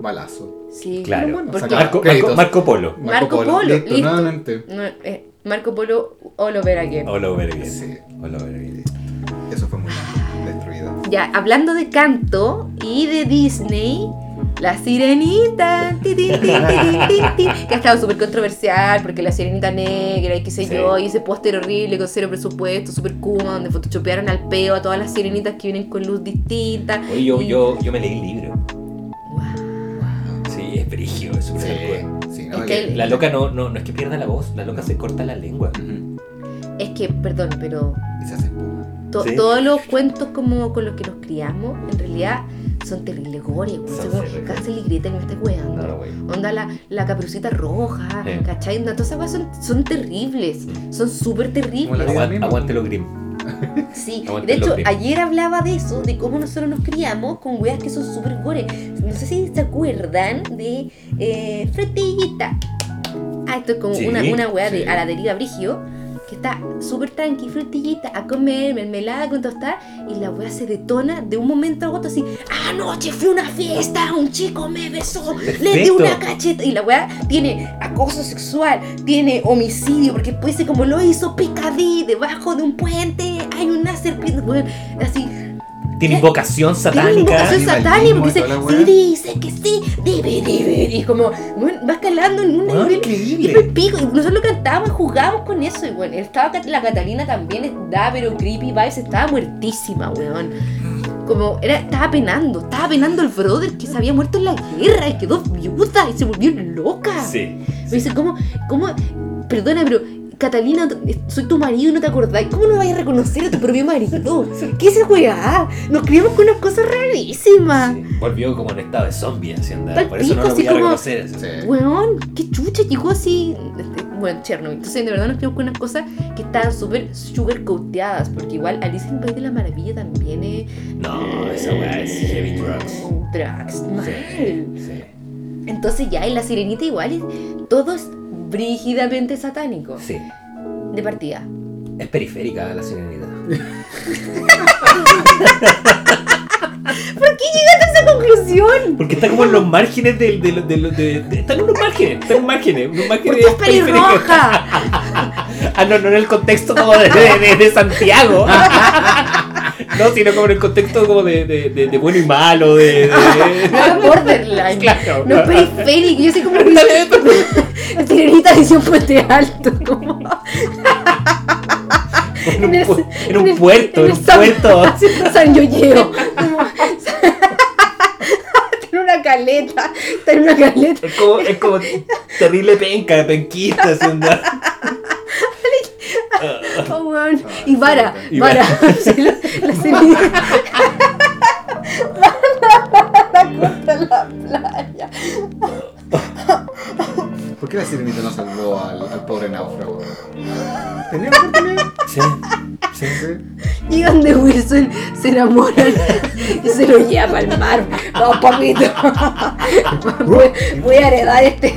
Speaker 2: balazo.
Speaker 1: Sí.
Speaker 3: Claro.
Speaker 2: bueno,
Speaker 1: porque-
Speaker 2: sacar-
Speaker 3: Marco,
Speaker 2: Créditos.
Speaker 3: Marco- Marco Polo.
Speaker 1: Marco Polo,
Speaker 2: listo,
Speaker 1: listo.
Speaker 2: nuevamente.
Speaker 1: no, eh, Marco Polo, all over again.
Speaker 3: All over again.
Speaker 2: Sí.
Speaker 3: All over again.
Speaker 2: Eso fue muy mal, destruido.
Speaker 1: Ya, hablando de canto y de Disney, la sirenita, ti, ti, ti, ti, ti, ti, ti, que ha estado súper controversial porque la sirenita negra y qué sé
Speaker 3: Sí.
Speaker 1: yo, y ese póster horrible con cero presupuesto, súper kuma, donde photoshopearon al peo a todas las sirenitas que vienen con luz distinta.
Speaker 3: Oye, yo,
Speaker 1: y-
Speaker 3: yo, yo me leí el libro.
Speaker 1: Guau.
Speaker 3: Sí, es brígido, es súper hardcore.
Speaker 2: sí, no,
Speaker 1: Es que-
Speaker 3: La loca no, no, no es que pierda la voz, la loca se corta la lengua.
Speaker 2: Ujú.
Speaker 1: Es que, perdón, pero
Speaker 2: Y se hace espuma.
Speaker 1: to-
Speaker 3: Sí.
Speaker 1: todos los cuentos como con los que nos criamos, en realidad son terribles gore. güey.
Speaker 3: Son
Speaker 1: Son como
Speaker 3: terribles.
Speaker 1: Hansel y Gretel me está cuidando.
Speaker 3: No, no, güey.
Speaker 1: Onda la, la caperucita roja,
Speaker 3: Sí.
Speaker 1: ¿cachai? Onda, todas esas cosas son, son terribles, son súper
Speaker 2: Como
Speaker 1: terribles.
Speaker 2: la-
Speaker 3: Aguante, aguántelo, Grimm.
Speaker 1: Sí,
Speaker 3: aguante
Speaker 1: de hecho,
Speaker 3: los gritos.
Speaker 1: ayer hablaba de eso, de cómo nosotros nos criamos con weas que son súper gore. No sé si se acuerdan de eh, Fretillita. Ah, esto es como
Speaker 3: Sí,
Speaker 1: una, una wea
Speaker 2: sí.
Speaker 1: de, a la deriva brigio, que está súper tranqui, Fretillita, a comer mermelada con tostada, y la wea se detona de un momento a otro así. Anoche fui a una fiesta, un chico me besó, le di
Speaker 3: Perfecto.
Speaker 1: una cacheta. Y la weá tiene acoso sexual, tiene homicidio, porque puede ser como lo hizo Picadí, debajo de un puente, hay una serpiente, weón, así.
Speaker 3: Tiene
Speaker 1: ¿Qué?
Speaker 3: invocación
Speaker 1: Tiene una
Speaker 3: satánica.
Speaker 1: invocación
Speaker 2: Canibalismo
Speaker 1: satánica, porque
Speaker 2: y toda la
Speaker 1: dice,
Speaker 2: weá.
Speaker 1: si dice que sí, debe, debe. Y como, weón, va escalando en un
Speaker 3: Weón,
Speaker 1: nivel
Speaker 3: increíble.
Speaker 1: el pico, y nosotros lo cantábamos, jugábamos con eso, y bueno, estaba Cat- la Catalina también, da pero creepy vibes, estaba muertísima, weón. Como, era, estaba penando, estaba penando el brother que se había muerto en la guerra y quedó viuda y se volvió loca.
Speaker 3: Sí.
Speaker 1: Me dice, ¿cómo, cómo, perdona, pero Catalina, soy tu marido y no te acordás, ¿cómo no vayas a reconocer a tu propio marido? ¿Qué es esa weá? Nos criamos con unas cosas rarísimas.
Speaker 3: Sí. Volvió como en estado de zombie, así andaba.
Speaker 1: Tal
Speaker 3: Por eso no lo
Speaker 1: pico, así
Speaker 3: voy a
Speaker 1: como-
Speaker 3: reconocer. así.
Speaker 2: Sí.
Speaker 1: Weón, qué chucha, llegó así. este, Bueno, Chernobyl. Entonces, de verdad nos quedamos con unas cosas que están súper sugar coateadas. Porque igual Alice en el País de la Maravilla también es.
Speaker 3: No, esa weá es heavy drugs.
Speaker 1: Drugs, mal.
Speaker 3: Sí, sí.
Speaker 1: Entonces, ya en la sirenita, igual es- todo es brígidamente satánico.
Speaker 3: Sí.
Speaker 1: De partida.
Speaker 3: Es periférica la sirenita.
Speaker 1: ¿Por qué llegaste a esa conclusión?
Speaker 3: Porque está como en los márgenes del. del, del, de- de- está en unos márgenes, está en márgenes. Unos márgenes
Speaker 1: Porque es
Speaker 3: periféricos.
Speaker 1: pelirroja.
Speaker 3: Ah, no, no en el contexto como de, de- de- de Santiago. No, sino como en el contexto como de, de, de- de bueno y malo, de. de-
Speaker 1: Ah, borderline.
Speaker 3: Claro.
Speaker 1: No es periférico. Yo sé cómo. La sirenita dice un puente alto. Como.
Speaker 3: en, un,
Speaker 1: en el-
Speaker 3: pu- en un
Speaker 1: el-
Speaker 3: puerto, en
Speaker 1: el
Speaker 3: un
Speaker 1: San-
Speaker 3: puerto.
Speaker 1: San Yoyeo. Está en una caleta. Está en una caleta.
Speaker 3: Es como, es como terrible penca, penquista, así onda.
Speaker 1: Oh, weón.
Speaker 2: Ah,
Speaker 1: Y vara,
Speaker 2: sí,
Speaker 3: y
Speaker 1: vara. Sí, la, la serie-
Speaker 2: ¿Por qué la sirenita no salvó al, al pobre náufrago? Tenía que tener.
Speaker 3: Sí, sí.
Speaker 2: Sí.
Speaker 1: Llegan de Wilson, se enamoran y se lo lleva al mar. Vamos, papito. Voy, voy a heredar este,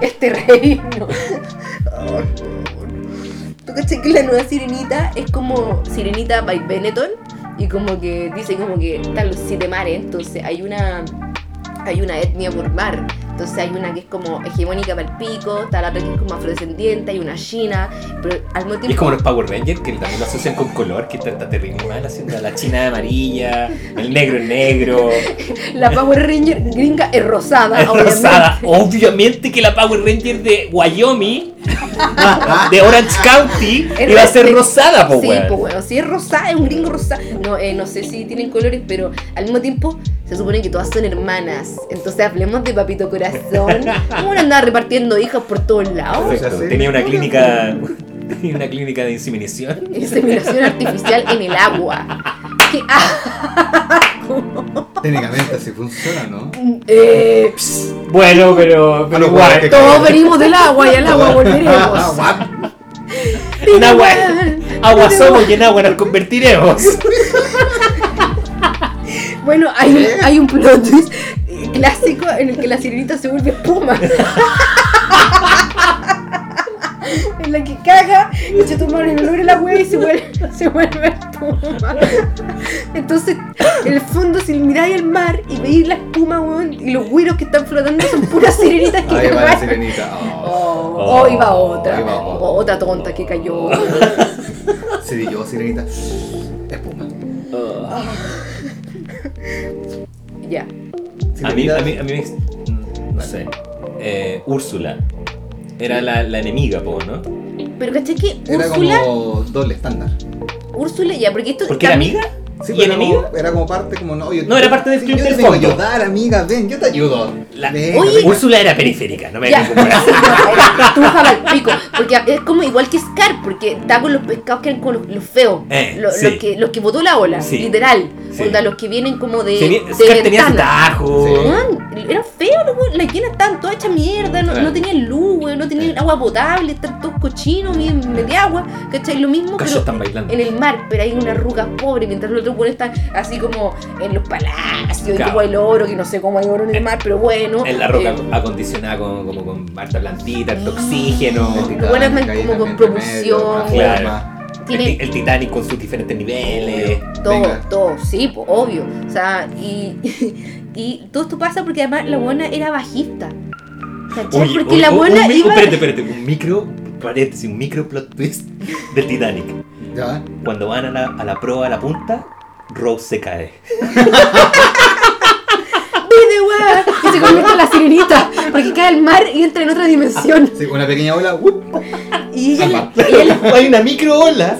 Speaker 1: este reino. ¿Tú caché que la nueva sirenita es como Sirenita by Benetton? Y como que dice como que están los siete mares, entonces hay una hay una etnia por mar. Entonces hay una que es como hegemónica para el pico, está la otra que es como afrodescendiente, hay una china, pero al
Speaker 3: Y
Speaker 1: mismo
Speaker 3: es
Speaker 1: tiempo
Speaker 3: como los Power Rangers que también lo asocian con color, que está, está terrible mal, haciendo la china amarilla, el negro es negro,
Speaker 1: la Power Ranger gringa es rosada,
Speaker 3: es
Speaker 1: Ah, obviamente.
Speaker 3: rosada. Obviamente que la Power Ranger de Wyoming, de Orange County,
Speaker 1: Es
Speaker 3: iba a ser
Speaker 1: rosa.
Speaker 3: rosada, po
Speaker 1: sí,
Speaker 3: Ah, weón.
Speaker 1: pues bueno, si es rosada, es un gringo rosado. No, eh, no sé si tienen colores, pero al mismo tiempo se supone que todas son hermanas. Entonces hablemos de papito corazón. Uno andaba repartiendo hijas por todos lados.
Speaker 3: Perfecto. Tenía una clínica, tenía una clínica de inseminación.
Speaker 1: Inseminación artificial en el agua. ah, Qué asco.
Speaker 2: Técnicamente así funciona, ¿no?
Speaker 1: Eh,
Speaker 3: Bueno, pero,
Speaker 2: A lo
Speaker 3: pero igual,
Speaker 2: que-
Speaker 1: todos venimos del agua y al agua Ah, volveremos.
Speaker 2: Guap.
Speaker 3: en agua, agua somos y en agua nos convertiremos.
Speaker 1: Bueno, hay, hay un plot twist clásico en el que la sirenita se vuelve espuma. en la que caga, echa tu mano en el la wea y se vuelve, se vuelve espuma. Entonces, en el fondo, si miráis al mar y veis la espuma, weón, y los güiros que están flotando son puras sirenitas que
Speaker 2: Ahí va Ah, la
Speaker 1: cagan.
Speaker 2: sirenita. Oh.
Speaker 1: Oh, oh, iba otra.
Speaker 2: Ahí va otra.
Speaker 1: Oh, otra tonta que cayó.
Speaker 2: Se brilló, sirenita. Espuma.
Speaker 3: Ah.
Speaker 1: ya.
Speaker 3: A mí,
Speaker 2: Sirenita.
Speaker 3: a mí, a mí me- No sé. Eh, Úrsula. Era la, la enemiga, po, ¿no?
Speaker 1: Pero caché que
Speaker 2: Era
Speaker 1: Úrsula.
Speaker 2: como doble estándar.
Speaker 1: Úrsula, ya, porque esto.
Speaker 3: ¿Porque era
Speaker 1: también-
Speaker 3: amiga?
Speaker 2: Sí,
Speaker 3: ¿Y
Speaker 2: pero era
Speaker 3: enemiga?
Speaker 2: como, era como parte, como no. Yo,
Speaker 3: No, era parte del
Speaker 2: sí,
Speaker 3: club
Speaker 2: yo
Speaker 3: del
Speaker 2: te vengo a
Speaker 3: fondo.
Speaker 2: ayudar, amiga, ven, yo te ayudo.
Speaker 3: La-
Speaker 2: Ven,
Speaker 1: Oye.
Speaker 2: ven.
Speaker 3: Úrsula era periférica, no me
Speaker 1: Ya.
Speaker 3: hagas comparar.
Speaker 1: Tú al pico, porque es como igual que Scar, porque está con los pescados que eran como los, los feos,
Speaker 3: Eh,
Speaker 1: lo- los,
Speaker 3: sí.
Speaker 1: que, los que botó la ola,
Speaker 3: Sí.
Speaker 1: literal,
Speaker 3: Sí.
Speaker 1: onda, los que vienen como de,
Speaker 3: Tenía,
Speaker 1: de
Speaker 3: Scar tenía su
Speaker 1: ventana.
Speaker 3: tajo.
Speaker 2: Sí.
Speaker 1: Weón, Eran feos, los weón, las llenas estaban todas hechas mierda, no,
Speaker 3: Eh.
Speaker 1: no tenían luz, weón, no tenían agua potable, están todos cochinos, bien media agua, ¿cachai? Lo mismo,
Speaker 3: Cachos,
Speaker 1: pero
Speaker 3: están bailando.
Speaker 1: en el mar, pero hay unas rugas pobres, mientras los otros buenos están así como en los palacios, y
Speaker 3: Claro. Eh,
Speaker 1: como el oro, que no sé cómo hay oro en el mar, pero bueno.
Speaker 3: En la roca
Speaker 1: eh, Ah.
Speaker 3: acondicionada con, como con harta plantita, harto oxígeno.
Speaker 1: Sí. Igual andan
Speaker 2: Caída
Speaker 1: como con
Speaker 2: entre medio,
Speaker 1: propulsión.
Speaker 2: más
Speaker 3: Claro.
Speaker 2: forma.
Speaker 3: El,
Speaker 1: tiene-
Speaker 3: ti- el Titanic con sus diferentes niveles.
Speaker 1: Todo,
Speaker 2: Venga.
Speaker 1: todo, sí, po, obvio. O sea, y, y todo esto pasa porque además la buena era bajista. ¿Cachai?
Speaker 3: Oye,
Speaker 1: porque
Speaker 3: oye,
Speaker 1: la
Speaker 3: un- un
Speaker 1: buena
Speaker 3: mi-
Speaker 1: iba.
Speaker 3: Espérate, espérate, un micro paréntesis, un micro plot twist del Titanic.
Speaker 2: Ya.
Speaker 3: Cuando van a la, a la proa, a la punta, Rose se cae.
Speaker 1: ¡Vete, weá! Que se convierte en la sirenita. Porque cae al mar y entra en otra dimensión.
Speaker 2: Sí, una pequeña ola. ¡up!
Speaker 1: Y ella,
Speaker 2: Ama.
Speaker 1: y ella-
Speaker 3: Hay una micro ola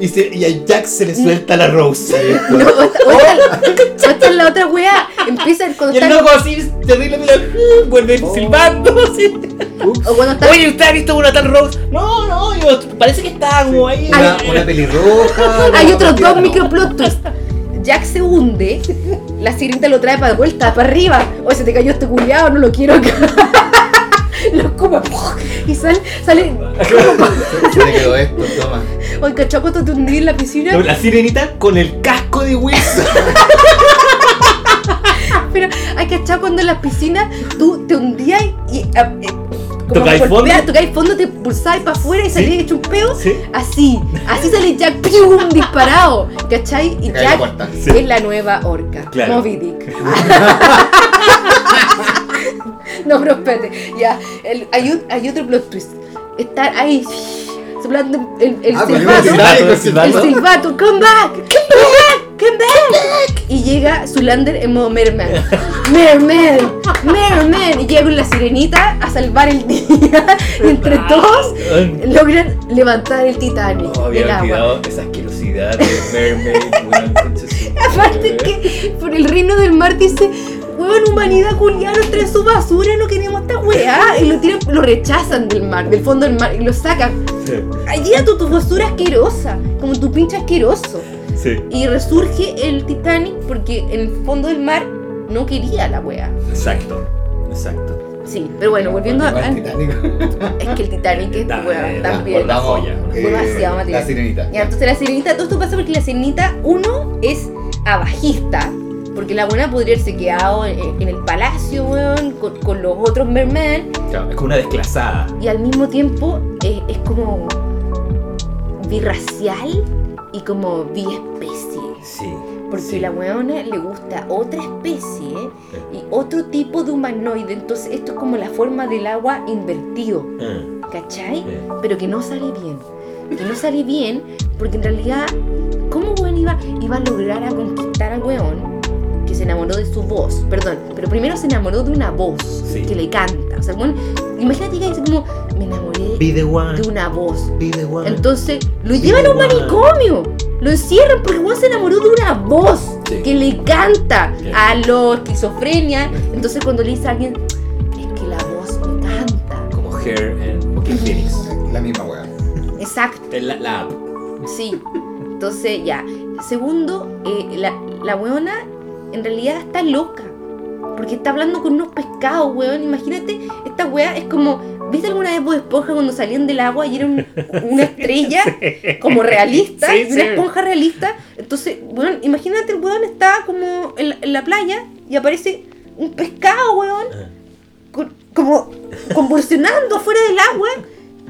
Speaker 3: y, se- y a Jack se le
Speaker 1: Mm.
Speaker 3: suelta la Rose.
Speaker 1: no, o esta, o esta- o esta es la otra weá. Empieza cuando
Speaker 3: Y el
Speaker 1: están.
Speaker 3: loco así, terrible, mira, uh, vuelve
Speaker 2: Oh.
Speaker 3: silbando así.
Speaker 2: Ups.
Speaker 1: O cuando están.
Speaker 3: Oye, ¿usted ha visto una tal Rose? No, no, yo, parece que está como ahí.
Speaker 2: Una, una pelirroja.
Speaker 1: Hay
Speaker 2: una
Speaker 1: otros
Speaker 2: cualquiera,
Speaker 1: dos
Speaker 2: no.
Speaker 1: microplot twists. Jack se hunde, la sirenita lo trae para vuelta, para arriba. Oye, se te cayó este culiado, no lo quiero acá. Lo escupa y sale, sale.
Speaker 2: Se te quedó esto, toma.
Speaker 1: Oye, cachó cuando te hundí en la piscina.
Speaker 3: No, la sirenita con el casco de Wilson.
Speaker 1: Pero hay cachado cuando en las piscinas tú te hundías y. ah, eh, como
Speaker 3: Tocáis
Speaker 1: golpeas,
Speaker 3: fondo.
Speaker 1: tocáis fondo, te pulsáis para afuera y salías hecho un peo.
Speaker 3: Sí.
Speaker 1: Así, así sale Jack, ¡pium! disparado. ¿Cachai? Y
Speaker 2: Se cayó la
Speaker 1: Jack
Speaker 2: puerta.
Speaker 3: Sí.
Speaker 1: es la nueva orca.
Speaker 3: Claro.
Speaker 1: Moby Dick. no, pero espérate. Ya, el- hay, un- hay otro plot twist. Estar ahí soplando el, el
Speaker 2: Ah, pero
Speaker 1: silbato.
Speaker 2: yo silbato,
Speaker 3: El
Speaker 2: el
Speaker 1: El
Speaker 3: silbato.
Speaker 2: silbato.
Speaker 1: silbato, come back, come back, come back. Y llega Zulander en modo merman. Merman, merman. Y llega con la sirenita a salvar el día. Y entre todos logran levantar el Titanic
Speaker 3: Oh,
Speaker 1: del
Speaker 3: había
Speaker 1: agua.
Speaker 3: olvidado esa asquerosidad de Mermaid. weón, concha su madre.
Speaker 1: Aparte que por el reino del mar dice, huevón humanidad culiada, trae su basura, no queremos esta weá. Y lo tiran, lo rechazan del mar, del fondo del mar, y lo sacan.
Speaker 3: Sí,
Speaker 1: Allí a tu, tu basura asquerosa, como tu pinche asqueroso.
Speaker 3: sí,
Speaker 1: Y resurge el Titanic porque en el fondo del mar no quería la wea.
Speaker 3: exacto. Exacto.
Speaker 1: Sí, pero bueno, volviendo a...
Speaker 2: Igual el Titanic.
Speaker 1: Es que el Titanic es
Speaker 3: Da,
Speaker 1: wea
Speaker 3: eh, da,
Speaker 1: también.
Speaker 3: da.
Speaker 1: Ya,
Speaker 3: joya.
Speaker 2: Eh,
Speaker 1: Demasiado material.
Speaker 2: La sirenita.
Speaker 1: entonces la sirenita, todo esto pasa porque la sirenita, uno, es abajista. Porque la buena podría haberse quedado en, en el palacio, weón, con, con los otros mermen.
Speaker 3: Claro, es como una desclasada.
Speaker 1: Y al mismo tiempo eh, es como birracial y como biespecie.
Speaker 3: Sí.
Speaker 1: Porque
Speaker 3: sí.
Speaker 1: la weona le gusta otra especie y otro tipo de humanoide. Entonces esto es como la forma del agua invertido,
Speaker 3: Mm,
Speaker 1: ¿cachai?
Speaker 3: mm.
Speaker 1: Pero que no sale bien. Que no sale bien porque en realidad, ¿cómo weón iba, iba a lograr a conquistar al weón que se enamoró de su voz? Perdón, pero primero se enamoró de una voz
Speaker 3: Sí.
Speaker 1: que le canta. O sea, el weón, imagínate que dice como, me enamoré
Speaker 3: Be the one.
Speaker 1: de una voz.
Speaker 3: Be the one.
Speaker 1: Entonces lo
Speaker 3: Sí,
Speaker 1: llevan a un
Speaker 3: guau.
Speaker 1: manicomio. Lo encierran porque Juan se enamoró de una voz
Speaker 3: Sí.
Speaker 1: que le canta
Speaker 3: Sí.
Speaker 1: a los esquizofrenia. Entonces cuando le dice a alguien, es que la voz me canta.
Speaker 3: como Hair and Joaquin Phoenix.
Speaker 2: La misma wea.
Speaker 1: Exacto,
Speaker 3: Es la, la app.
Speaker 1: sí. Entonces ya. Segundo, eh, la, la weona en realidad está loca. Porque está hablando con unos pescados, weón. Imagínate, esta wea es como ¿Viste alguna vez Bob Esponja cuando salían del agua y era un- una estrella como realista?
Speaker 3: Sí,
Speaker 1: y una
Speaker 3: sí.
Speaker 1: esponja realista. Entonces, weón, imagínate, el weón está como en la, en la playa y aparece un pescado, weón,
Speaker 3: Ah.
Speaker 1: con- como convulsionando afuera del agua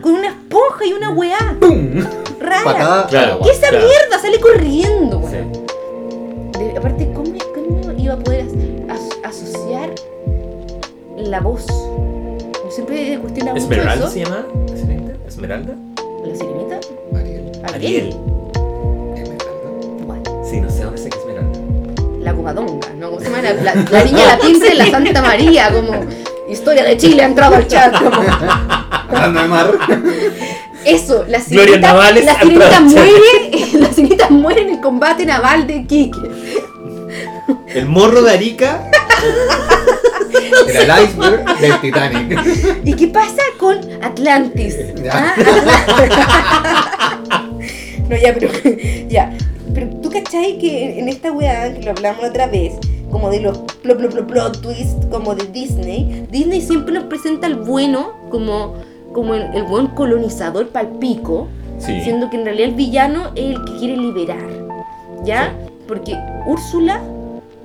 Speaker 1: con una esponja y una weá
Speaker 2: ¡Pum!
Speaker 1: rara.
Speaker 2: Patada.
Speaker 3: Claro,
Speaker 1: ¿Qué esa
Speaker 3: claro.
Speaker 1: mierda? Sale corriendo, weón.
Speaker 3: Sí.
Speaker 1: De- aparte, ¿cómo, cómo iba a poder as- as- asociar la voz? Yo siempre he cuestionado mucho
Speaker 3: ¿Esmeralda
Speaker 1: eso.
Speaker 3: se llama? ¿La sirenita? ¿Esmeralda?
Speaker 1: ¿La sirenita?
Speaker 2: Ariel.
Speaker 3: Ariel.
Speaker 2: Esmeralda.
Speaker 1: Bueno,
Speaker 3: Sí, no sé dónde sé que Esmeralda.
Speaker 1: La copadonga, ¿no? ¿Cómo se llama? La, la- la niña de la pince de la Santa María, como historia de Chile ha entrado al chat. como-
Speaker 2: Hablando de mar.
Speaker 1: Eso, la
Speaker 3: Gloria
Speaker 1: sirenita,
Speaker 3: Navales
Speaker 1: la
Speaker 3: ha
Speaker 1: sirenita
Speaker 3: entrado al
Speaker 1: muere, la sirenita muere en el combate naval de Quique.
Speaker 3: El morro de Arica.
Speaker 2: Era el iceberg del Titanic.
Speaker 1: ¿Y qué pasa con Atlantis?
Speaker 2: Ya.
Speaker 1: Ah, Atla- no, ya, pero. Ya. Pero tú cachai que en- en esta weá, que lo hablamos la otra vez, como de los plot, plot, plot, plot twist, como de Disney, Disney siempre nos presenta al bueno como, como el, el buen colonizador palpico,
Speaker 3: Sí.
Speaker 1: siendo que en realidad el villano es el que quiere liberar. ¿Ya? Porque Úrsula,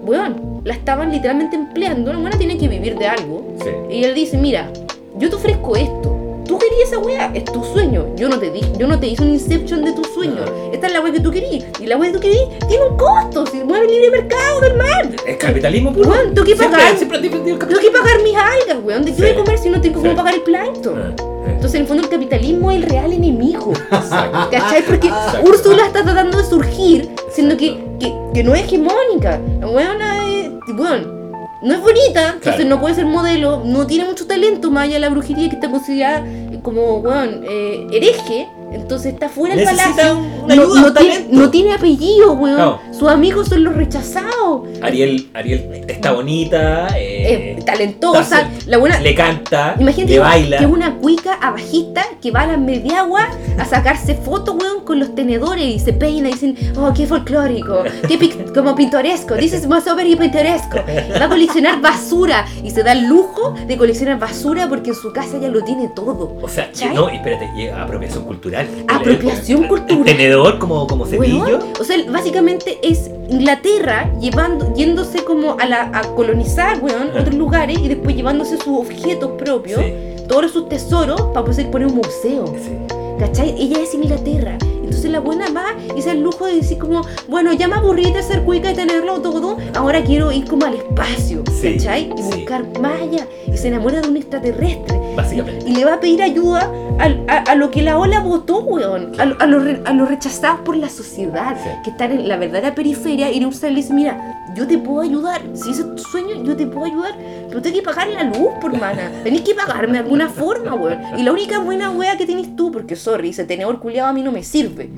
Speaker 1: weón, la estaban literalmente empleando. Una buena tiene que vivir de algo.
Speaker 3: Sí.
Speaker 1: Y él dice, mira, yo te ofrezco esto. Tú querías esa weá, es tu sueño. Yo no te di, yo no te hice un inception de tu sueño. Esta es la weá que tú querías. Y la weá que tú querías tiene un costo. Si mueve el libre mercado, normal.
Speaker 3: Es capitalismo puro.
Speaker 1: Weón, tengo que
Speaker 3: Siempre-
Speaker 1: pagar.
Speaker 3: Siempre han defendido el
Speaker 1: Tengo
Speaker 3: capitalismo.
Speaker 1: que pagar mis algas, weón. ¿De qué
Speaker 3: Sí.
Speaker 1: voy a comer si no tengo cómo
Speaker 3: Sí.
Speaker 1: pagar el plancton?
Speaker 3: Ah, eh.
Speaker 1: Entonces, en el fondo, el capitalismo es el real enemigo.
Speaker 3: Exacto.
Speaker 1: ¿Cachai? Porque
Speaker 3: Ah, Exacto.
Speaker 1: Úrsula está tratando de surgir, siendo que, que, que no es hegemónica. La weona es. Bueno, no es bonita, entonces
Speaker 3: Claro.
Speaker 1: no puede ser modelo, no tiene mucho talento, más allá de la brujería que está considerada eh, como, weón, eh, hereje. Entonces está fuera del
Speaker 3: Necesita
Speaker 1: palacio.
Speaker 3: un- una
Speaker 1: No,
Speaker 3: ayuda,
Speaker 1: no
Speaker 3: un
Speaker 1: tiene,
Speaker 3: talento.
Speaker 1: no tiene apellido, weón.
Speaker 3: No.
Speaker 1: Sus amigos son los rechazados.
Speaker 3: Ariel, Ariel está bonita. eh,
Speaker 1: Eh, talentosa.
Speaker 3: Darcy.
Speaker 1: La buena.
Speaker 3: le canta.
Speaker 1: Imagínate
Speaker 3: le
Speaker 1: que-
Speaker 3: baila.
Speaker 1: que es una cuica abajista que va a la mediagua a sacarse fotos, weón, con los tenedores y se peina y dicen, oh, qué folclórico, qué pic- como pintoresco, dices más over y pintoresco. Y Va a coleccionar basura y se da el lujo de coleccionar basura porque en su casa ya lo tiene todo.
Speaker 3: O sea,
Speaker 1: ¿Cachai?
Speaker 3: no, espérate, y apropiación cultural.
Speaker 1: Apropiación
Speaker 3: El-
Speaker 1: cultural.
Speaker 3: el Tenedor como, como
Speaker 1: Weón,
Speaker 3: cepillo.
Speaker 1: o sea, básicamente es Inglaterra llevando, yéndose como a, la, a colonizar, weón,
Speaker 3: Ah.
Speaker 1: otros lugares y después llevándose sus objetos propios,
Speaker 3: Sí,
Speaker 1: todos sus tesoros, para poder poner un museo.
Speaker 3: sí.
Speaker 1: ¿Cachai? Ella es Inglaterra. Entonces la buena va y se da el lujo de decir como, bueno, ya me aburrí de ser cuica y tenerlo todo, ahora quiero ir como al espacio,
Speaker 3: Sí,
Speaker 1: ¿cachai? Y
Speaker 3: sí.
Speaker 1: buscar más allá. Y se enamora de un extraterrestre.
Speaker 3: Básicamente.
Speaker 1: Y le va a pedir ayuda al- a, a lo que la ola votó, weón. A, lo- a los re- a los rechazados por la sociedad,
Speaker 3: Sí.
Speaker 1: que están en la verdadera periferia. Y Ursula le dice, mira, yo te puedo ayudar. Si ese es tu sueño, yo te puedo ayudar. Pero tengo que pagar la luz, por mana. Tenés que pagarme de alguna forma, weón. Y la única buena wea que tienes tú, porque sorry, ese tenedor culiado a mí no me sirve.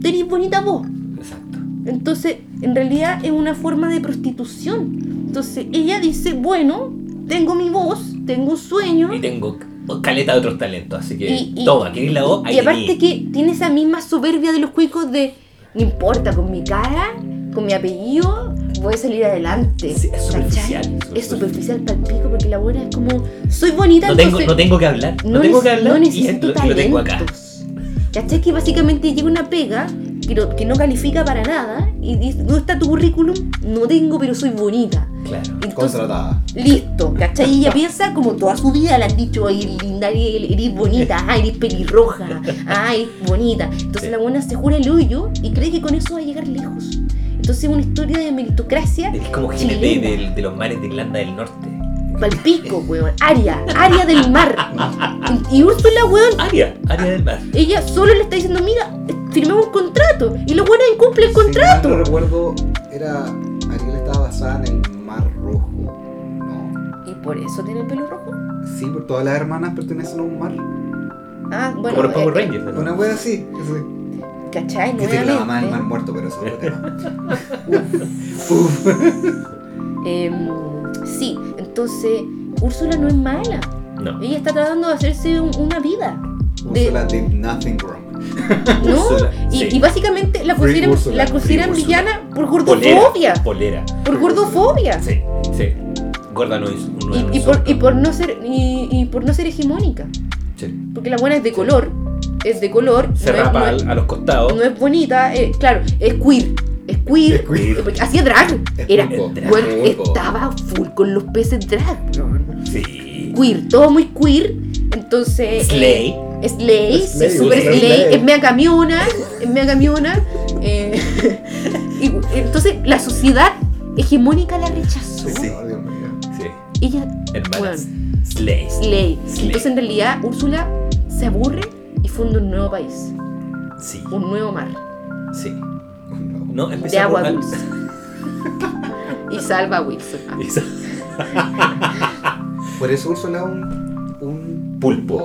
Speaker 1: Tenés bonita voz.
Speaker 3: Exacto.
Speaker 1: Entonces, en realidad es una forma de prostitución. Entonces, ella dice, bueno, tengo mi voz, tengo un sueño.
Speaker 3: Y tengo caleta de otros talentos, así que
Speaker 1: Y- y-
Speaker 3: toma, querés la voz, ahí
Speaker 1: Y aparte
Speaker 3: tení.
Speaker 1: que tiene esa misma soberbia de los cuicos de no importa, con mi cara, con mi apellido, voy a salir adelante.
Speaker 3: Sí, es superficial,
Speaker 1: ¿cachai?
Speaker 3: es
Speaker 1: Es superficial para pico porque la buena es como, soy bonita,
Speaker 3: no tengo,
Speaker 1: entonces
Speaker 3: no tengo que hablar, no,
Speaker 1: no
Speaker 3: tengo
Speaker 1: neces-
Speaker 3: que hablar
Speaker 1: no
Speaker 3: y es-
Speaker 1: necesito
Speaker 3: lo, lo tengo acá.
Speaker 1: talentos. ¿Cachai? Que básicamente llega una pega que no, que no califica para nada y dice, ¿dónde está tu currículum? No tengo, pero soy bonita.
Speaker 3: Claro.
Speaker 1: Entonces,
Speaker 2: Contratada.
Speaker 1: Listo, ¿cachai? Y ella piensa como toda su vida le han dicho, ay, linda, eres eres bonita, ay, eres pelirroja, ay, eres bonita. Entonces
Speaker 3: Sí.
Speaker 1: la buena se jura el hoyo y cree que con eso va a llegar lejos. Entonces es una historia de meritocracia
Speaker 3: Es como gente de,
Speaker 1: Chilena.
Speaker 3: del- de los mares de Irlanda del Norte.
Speaker 1: palpico, weón. Área, área del mar. Y, y Úrsula, weón,
Speaker 3: Área, área del mar.
Speaker 1: ella solo le está diciendo, mira, firmemos un contrato. Y la buena incumple el
Speaker 2: Si mal no
Speaker 1: contrato.
Speaker 2: recuerdo, era. Ariel estaba basada en el Mar Rojo. No.
Speaker 1: Y por eso tiene el pelo rojo.
Speaker 2: Sí, por todas las hermanas pertenecen a un mar.
Speaker 1: Ah, bueno.
Speaker 3: como los Power
Speaker 1: eh,
Speaker 3: Rangers. ¿no?
Speaker 2: Una wea así. así.
Speaker 1: ¿Cachai?
Speaker 2: Que tiene la mamá
Speaker 1: Nuevamente.
Speaker 2: del mar muerto, pero eso es otro tema.
Speaker 1: Em, sí, entonces Úrsula no es mala.
Speaker 3: No.
Speaker 1: Ella está tratando de hacerse un- una vida. De-
Speaker 2: Ursula did nothing wrong.
Speaker 1: ¿no?
Speaker 3: Úrsula,
Speaker 1: Y,
Speaker 3: sí.
Speaker 1: y básicamente la
Speaker 2: Free
Speaker 1: consideran,
Speaker 2: Úrsula,
Speaker 1: la
Speaker 2: free
Speaker 1: consideran
Speaker 2: Úrsula.
Speaker 1: villana por
Speaker 3: Polera.
Speaker 1: gordofobia.
Speaker 3: Polera.
Speaker 1: Por gordofobia.
Speaker 3: Sí, sí. Gorda no es no es
Speaker 1: Y,
Speaker 3: un
Speaker 1: y por,
Speaker 3: insulto.
Speaker 1: y por no ser y, y por no ser hegemónica.
Speaker 2: Sí.
Speaker 1: Porque la buena es de color, es de color,
Speaker 3: Se
Speaker 1: no es-
Speaker 3: rapa
Speaker 1: no es,
Speaker 3: al- a los costados.
Speaker 1: no es bonita, eh, claro, es queer, es queer, eh,
Speaker 2: Es queer.
Speaker 1: porque hacía drag, era,
Speaker 2: pulpo.
Speaker 3: drag,
Speaker 1: bueno,
Speaker 2: pulpo.
Speaker 1: estaba full con los peces drag, weón.
Speaker 3: Sí.
Speaker 1: queer, todo muy queer, entonces... eh,
Speaker 3: Slay.
Speaker 1: Slay, sí,
Speaker 2: Slay,
Speaker 1: super
Speaker 2: Slay.
Speaker 1: Slay, es mea camiona, es mea camiona. eh, y, entonces la sociedad hegemónica la rechazó.
Speaker 3: Sí.
Speaker 2: Oh, Dios mío.
Speaker 3: Sí.
Speaker 1: Ella,
Speaker 3: Hermanas. Slay.
Speaker 1: Slay.
Speaker 3: Slay.
Speaker 1: Entonces en realidad Úrsula se aburre y funda un nuevo país,
Speaker 3: Sí.
Speaker 1: un nuevo mar
Speaker 3: Sí.
Speaker 2: Oh, no.
Speaker 3: No, empecé
Speaker 1: de
Speaker 3: a
Speaker 1: agua
Speaker 3: borrar-
Speaker 1: dulce. y salva a Wilson. Ah,
Speaker 3: Esa-
Speaker 2: Por eso Úrsula un, un
Speaker 3: Pulpo.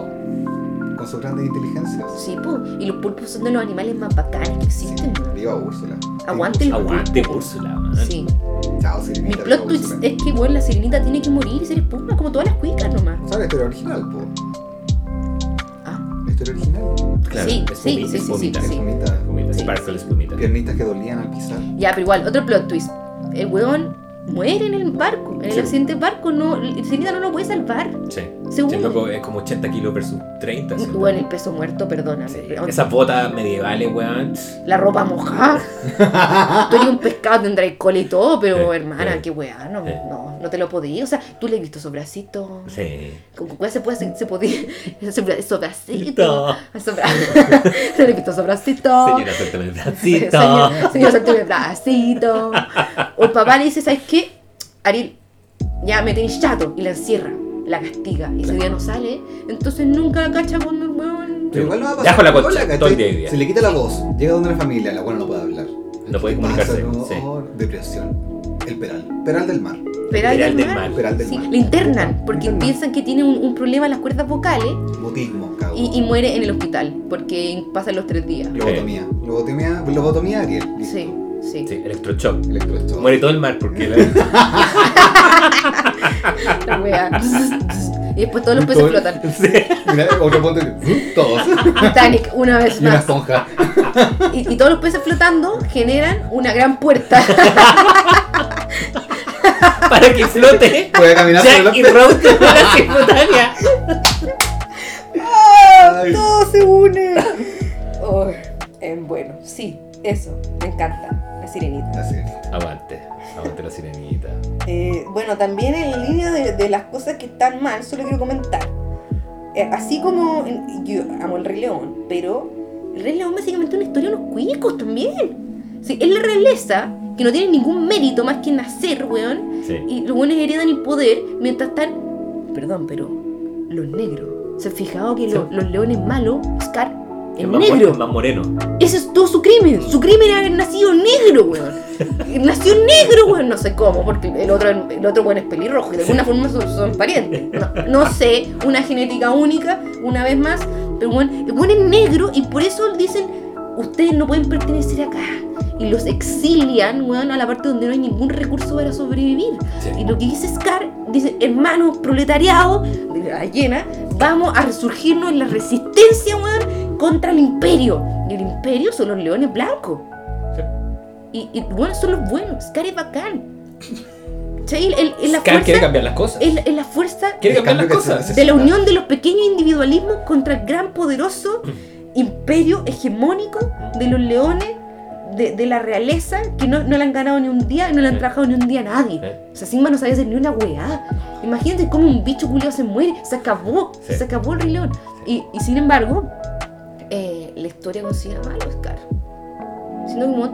Speaker 2: con sus grandes inteligencias.
Speaker 1: Sí, po, y los pulpos son de los animales más bacanes que existen. ¿no?
Speaker 2: Viva Úrsula. Sí,
Speaker 1: Aguante el-
Speaker 3: Aguante, Úrsula. man.
Speaker 1: Sí.
Speaker 2: Chao,
Speaker 1: Mi
Speaker 2: sirenita. viva
Speaker 1: plot twist
Speaker 2: Úrsula.
Speaker 1: es que bueno, la sirenita tiene que morir y ser espuma, como todas las cuicas nomás.
Speaker 2: ¿Sabes la historia original, po?
Speaker 1: Ah,
Speaker 2: La historia original.
Speaker 3: Claro,
Speaker 1: Sí,
Speaker 3: es
Speaker 1: sí,
Speaker 3: pumi- es
Speaker 1: sí, sí,
Speaker 3: pumita,
Speaker 1: sí,
Speaker 2: Es
Speaker 1: sí.
Speaker 2: bonita.
Speaker 3: Pumita,
Speaker 1: Sí,
Speaker 3: Sparkle es
Speaker 1: sí.
Speaker 3: pumita.
Speaker 2: Piernitas que dolían al pisar.
Speaker 1: Ya, pero igual, otro plot twist. El weón muere en el barco, en el
Speaker 3: Sí.
Speaker 1: accidente barco, no, el sirenita no lo puede salvar.
Speaker 3: Sí.
Speaker 1: Se
Speaker 3: Sí,
Speaker 1: hunde.
Speaker 3: loco, es como 80 kilos versus 30. ¿cierto?
Speaker 1: Bueno, el peso muerto, perdona.
Speaker 3: Sí.
Speaker 1: pero-
Speaker 3: Esas botas medievales, weón.
Speaker 1: La ropa mojada. tú eres un pescado, tendrás cola y todo, pero
Speaker 3: Eh,
Speaker 1: hermana,
Speaker 3: eh,
Speaker 1: qué weá, no,
Speaker 3: eh.
Speaker 1: no, no te lo podía. O sea, tú le has visto sobracito.
Speaker 3: Sí.
Speaker 1: Con con cuál se puede hacer- se podía. sobra- Sobracito.
Speaker 3: Listo.
Speaker 1: Sobra... se le he visto sobracito.
Speaker 3: Señora, suéltame el
Speaker 1: Señor,
Speaker 3: bracito.
Speaker 1: señor, suéltame el bracito. O el papá le dice, ¿sabes qué? Ariel, ya me tenés chato. Y la encierra, la castiga. Y ese día no sale. Entonces nunca cacha cuando el weón.
Speaker 2: Pero igual no va a
Speaker 3: Ya
Speaker 2: pasar.
Speaker 3: con la
Speaker 2: piola,
Speaker 3: concha,
Speaker 2: ¿cachai?
Speaker 3: todo el día hoy día.
Speaker 2: Se le quita la voz, llega donde una familia, la buena no puede hablar.
Speaker 3: No puede
Speaker 2: ¿Qué
Speaker 3: comunicarse,
Speaker 2: pasa, no?
Speaker 3: sí.
Speaker 2: Oh, depresión. El peral. Peral del mar.
Speaker 1: Peral
Speaker 3: Peral del mar.
Speaker 2: Peral del
Speaker 1: Sí,
Speaker 2: mar.
Speaker 1: le internan porque
Speaker 2: Internan.
Speaker 1: piensan que tiene un, un problema en las cuerdas vocales
Speaker 2: Mutismo, cabo.
Speaker 1: y, y muere en el hospital porque pasan los tres días.
Speaker 2: Lobotomía. Lobotomía. Lobotomía Ariel. Listo.
Speaker 1: Sí, sí.
Speaker 3: Sí, electrochoc.
Speaker 2: Electrochoc.
Speaker 3: Muere todo el mar porque la-
Speaker 1: La wea. y después todos los peces
Speaker 2: Todo-
Speaker 1: flotan.
Speaker 3: Sí.
Speaker 2: Mira, otro punto. que- Todos.
Speaker 1: Titanic, una vez
Speaker 2: Y una
Speaker 1: más.
Speaker 2: esponja.
Speaker 1: Y, y todos los peces flotando generan una gran puerta.
Speaker 3: para que flote.
Speaker 2: Puede caminar sobre
Speaker 3: Jack
Speaker 2: los
Speaker 3: y
Speaker 2: peces.
Speaker 3: Rose de manera simultánea.
Speaker 2: Ay.
Speaker 1: Todo se une. Oh, eh, bueno, sí, eso. Me encanta. La sirenita.
Speaker 2: Así.
Speaker 3: Aguante, aguante la sirenita.
Speaker 1: Eh, bueno, también en la línea de, de las cosas que están mal, solo quiero comentar. Eh, así como en- yo amo el Rey León, pero el Rey León básicamente es una historia de unos cuicos también. Sí, es la realeza que no tiene ningún mérito más que nacer, weón.
Speaker 3: Sí.
Speaker 1: Y los buenos heredan el poder mientras están. Perdón, pero los negros. ¿Se han fijado que
Speaker 3: Sí.
Speaker 1: lo- los leones malos, Oscar, es
Speaker 3: Es más
Speaker 1: negro?
Speaker 3: mu- más moreno.
Speaker 1: Ese es todo su crimen. Su crimen era haber nacido negro, weón. Nació negro, weón. No sé cómo, porque el otro, el otro weón es pelirrojo y de alguna forma son, son parientes. No, no sé, una genética única, una vez más. Pero weón, el weón es negro y por eso dicen, ustedes no pueden pertenecer acá. Y los exilian, weón, a la parte donde no hay ningún recurso para sobrevivir.
Speaker 3: Sí.
Speaker 1: Y lo que dice Scar, dice, hermanos proletariado, de la llena, vamos a resurgirnos en la resistencia, weón, contra el imperio. Y el imperio son los leones blancos.
Speaker 3: Sí.
Speaker 1: Y, y bueno, son los buenos. Scar es bacán. ¿Cachai? El- el- el la
Speaker 3: Scar quiere
Speaker 1: fuerza,
Speaker 3: cambiar las cosas.
Speaker 1: el- el la fuerza
Speaker 3: Quiere cambiar las
Speaker 2: El cambio que
Speaker 3: cosas.
Speaker 2: se
Speaker 1: de la unión de los pequeños individualismos contra el gran poderoso
Speaker 2: Mm.
Speaker 1: imperio hegemónico de los leones, de, de la realeza, que no, no le han ganado ni un día, no le han
Speaker 3: Sí.
Speaker 1: trabajado ni un día a nadie.
Speaker 3: Sí.
Speaker 1: O sea, Simba no sabía hacer ni una weá. Imagínate cómo un bicho culiao se muere, se acabó,
Speaker 3: Sí.
Speaker 1: se acabó el Rey León. Y, y sin embargo, eh, la historia consigue mal a Oscar. Siendo como,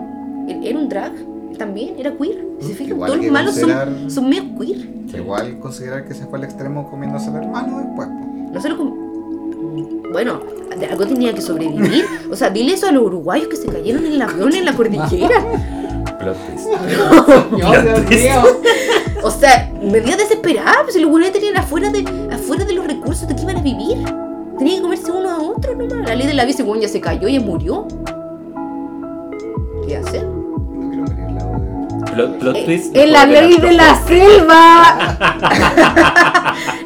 Speaker 1: él e-, era un drag, también era queer. Si se fijan,
Speaker 2: Mm, Igual
Speaker 1: todos
Speaker 2: hay
Speaker 1: los
Speaker 2: que
Speaker 1: malos son,
Speaker 2: considerar-
Speaker 1: son medio queer.
Speaker 2: Igual considerar que se fue al extremo comiéndose al hermano después. po.
Speaker 1: No se lo com- Bueno, de algo tenía que sobrevivir. O sea, dile eso a los uruguayos que se cayeron en el avión en la cordillera.
Speaker 3: Plot twist.
Speaker 2: Señor, Dios mío.
Speaker 1: O sea, me dio desesperada. Pues si los uruguayos tenían afuera de, afuera de los recursos de que iban a vivir. Tenían que comerse uno a otro nomás. La ley de la bici, bueno, ya se cayó y murió. ¿Qué hacer?
Speaker 2: No quiero morir al lado de-
Speaker 3: Plot, plot
Speaker 1: Eh,
Speaker 3: twist.
Speaker 1: ¡Es la
Speaker 3: Mejor
Speaker 1: ley
Speaker 3: la-
Speaker 1: de la selva!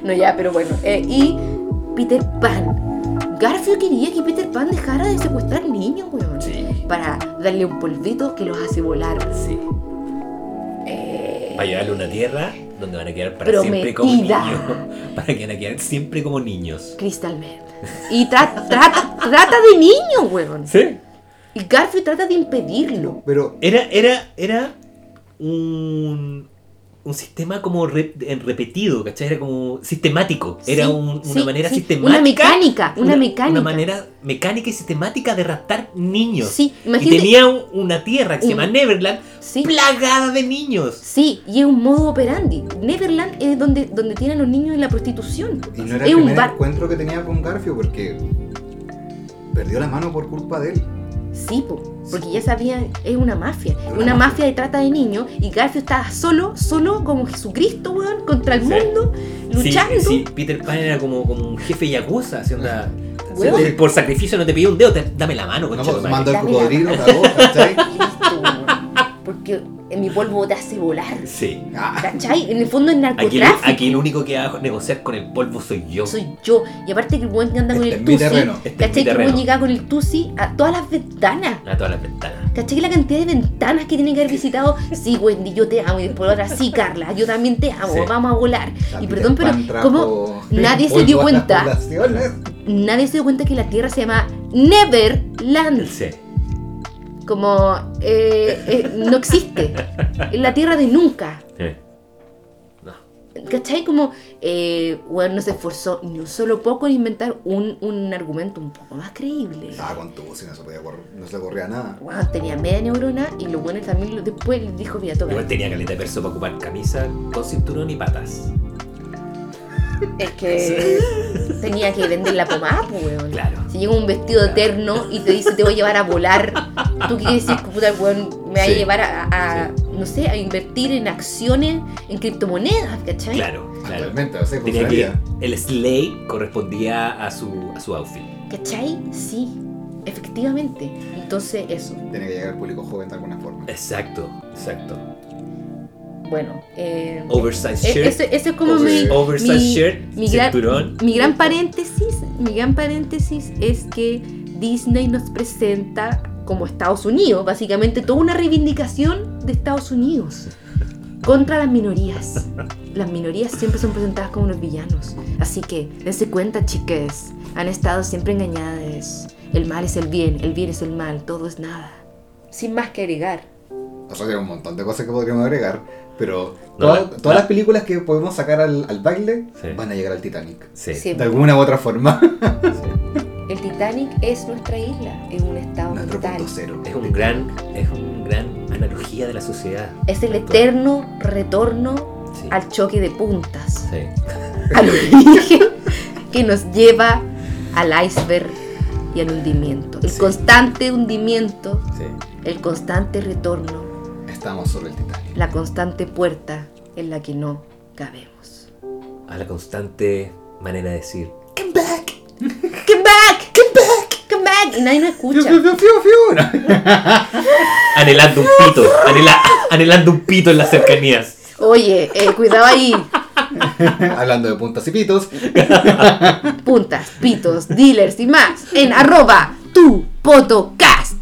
Speaker 1: no, ya, pero bueno. eh, y Peter Pan. Garfio quería que Peter Pan dejara de secuestrar niños, weón.
Speaker 3: Sí,
Speaker 1: para darle un polvito que los hace volar.
Speaker 3: sí.
Speaker 1: Eh,
Speaker 3: Para llevarle a una tierra donde van a quedar para siempre como
Speaker 1: prometida.
Speaker 3: niños. para que van a quedar siempre como niños.
Speaker 1: Crystal Man. Y tra- trata, trata de niños, weón.
Speaker 3: Sí.
Speaker 1: Y Garfield trata de impedirlo.
Speaker 2: Pero
Speaker 3: Era, era, era un, un sistema como re- en repetido, ¿cachai? Era como sistemático. Era
Speaker 1: Sí,
Speaker 3: un- una
Speaker 1: sí,
Speaker 3: manera
Speaker 1: sí.
Speaker 3: sistemática.
Speaker 1: Una mecánica, una, mecánica.
Speaker 3: Una manera mecánica y sistemática de raptar niños.
Speaker 1: Sí,
Speaker 3: y
Speaker 1: imagínate.
Speaker 3: tenía un- una tierra que se llama
Speaker 1: Un-
Speaker 3: Neverland
Speaker 1: Sí.
Speaker 3: plagada de niños.
Speaker 1: Sí, y es un modo operandi. Neverland es donde, donde tienen los niños en la prostitución.
Speaker 2: y no era
Speaker 1: es
Speaker 2: el
Speaker 1: un
Speaker 2: primer
Speaker 1: bar.
Speaker 2: encuentro que tenía con Garfio porque perdió la mano por culpa de él.
Speaker 1: Sí, po, porque ya sabía, es una mafia.
Speaker 2: Una
Speaker 1: Una
Speaker 2: mafia.
Speaker 1: mafia de trata de niños. Y Garfio estaba solo, solo como Jesucristo, weón, contra el
Speaker 3: Sí.
Speaker 1: mundo, luchando.
Speaker 3: Sí, sí, Peter Pan era como, como un jefe yakuza. así, onda,
Speaker 1: Weón.
Speaker 3: si por sacrificio no te pidió un dedo, te- dame la mano,
Speaker 2: No,
Speaker 3: concha
Speaker 2: pues,
Speaker 3: tu madre.
Speaker 2: mandó el
Speaker 1: Dame la
Speaker 2: cocodrilo, cagó, ¿cachai?
Speaker 1: Jesucristo, weón, Porque en mi polvo te hace volar.
Speaker 3: Sí.
Speaker 2: Ah,
Speaker 1: ¿Cachai? En el fondo es
Speaker 3: Aquí,
Speaker 1: narcotráfico.
Speaker 3: aquí el único que va a negociar con el polvo soy yo.
Speaker 1: Soy yo. Y aparte que el weón que anda con
Speaker 2: Este
Speaker 1: el
Speaker 2: es mi
Speaker 1: tusi.
Speaker 2: terreno,
Speaker 3: este es mi
Speaker 1: ¿Cachai? Que el
Speaker 3: terreno.
Speaker 1: weón llegaba con el tusi a todas las ventanas.
Speaker 3: A todas las ventanas.
Speaker 1: ¿Cachai? La cantidad de ventanas que tiene que haber visitado. Sí, Wendy, yo te amo. Y después la otra, sí, Carla, yo también te amo.
Speaker 3: Sí.
Speaker 1: Vamos a volar.
Speaker 2: la
Speaker 1: Y
Speaker 2: Peter
Speaker 1: perdón, pero
Speaker 2: Pan trajo
Speaker 1: ¿cómo nadie se dio
Speaker 2: polvo a las
Speaker 1: cuenta?
Speaker 2: poblaciones?
Speaker 1: nadie se dio cuenta que la Tierra se llama Neverland?
Speaker 3: Sí.
Speaker 1: Como eh, eh, no existe. Es la Tierra de nunca.
Speaker 3: Sí. No.
Speaker 1: ¿Cachai? Como, eh, bueno, no se esforzó ni un solo poco en inventar un, un argumento un poco más creíble.
Speaker 2: Estaba con tu si no se podía correr, no se corría nada.
Speaker 1: Bueno, tenía media neurona y los buenos también lo- después les dijo, mira, toma.
Speaker 3: Igual tenía caleta de verso para ocupar camisa con cinturón y patas.
Speaker 1: Es que tenía que vender la pomada, pues, weón.
Speaker 3: Claro.
Speaker 1: Si llega un vestido eterno y te dice te voy a llevar a volar, tú quieres decir, puta, weón, me va
Speaker 3: Sí.
Speaker 1: a llevar a, a-
Speaker 3: Sí.
Speaker 1: no sé, a invertir en acciones, en criptomonedas, ¿cachai?
Speaker 3: Claro, claro.
Speaker 2: Actualmente, pues, así
Speaker 3: Tenía que,
Speaker 2: funcionaría.
Speaker 3: el sleigh correspondía a su, a su outfit.
Speaker 1: ¿Cachai? Sí, efectivamente. Entonces, eso.
Speaker 2: Tenía que llegar al público joven de alguna forma.
Speaker 3: Exacto, exacto.
Speaker 1: Bueno, eh,
Speaker 3: Oversized
Speaker 1: e-
Speaker 3: shirt.
Speaker 1: ese, ese es como mi,
Speaker 2: Oversized-
Speaker 3: oversized
Speaker 1: mi-
Speaker 3: shirt,
Speaker 1: mi gran-
Speaker 3: cinturón.
Speaker 1: Mi gran paréntesis, mi gran paréntesis es que Disney nos presenta como Estados Unidos, básicamente toda una reivindicación de Estados Unidos contra las minorías. Las minorías siempre son presentadas como los villanos, así que dense cuenta, chiques, han estado siempre engañadas. El mal es el bien, el bien es el mal, todo es nada. Sin más que agregar.
Speaker 2: O sea, hay un montón de cosas que podríamos agregar, pero
Speaker 3: No,
Speaker 2: toda-
Speaker 3: no.
Speaker 2: todas las películas que podemos sacar al, al baile
Speaker 3: Sí.
Speaker 2: van a llegar al Titanic.
Speaker 3: Sí.
Speaker 1: Sí.
Speaker 2: De alguna u otra forma.
Speaker 1: El Titanic es nuestra isla, es un estado
Speaker 2: Nuestro
Speaker 1: mental.
Speaker 2: punto cero.
Speaker 3: Es un gran, es un gran analogía de la sociedad.
Speaker 1: Es el eterno retorno
Speaker 3: Sí.
Speaker 1: al choque de puntas,
Speaker 3: Sí.
Speaker 1: al origen que nos lleva al iceberg y al hundimiento. El
Speaker 3: Sí.
Speaker 1: constante hundimiento,
Speaker 3: Sí.
Speaker 1: el constante retorno,
Speaker 2: Estamos sobre el Titanic.
Speaker 1: la constante puerta en la que no cabemos.
Speaker 3: A la constante manera de decir.
Speaker 2: Come back.
Speaker 1: ¡Come back! ¡Come back! ¡Come back! Y nadie nos
Speaker 2: Fiu,
Speaker 1: escucha.
Speaker 2: fiu, fiu, fiu, fiu.
Speaker 3: Anhelando un pito. anhela- anhelando un pito en las cercanías.
Speaker 1: Oye, eh, cuidado ahí.
Speaker 2: Hablando de puntas y pitos,
Speaker 1: Puntas, pitos, dealers y más en arroba tu podcast.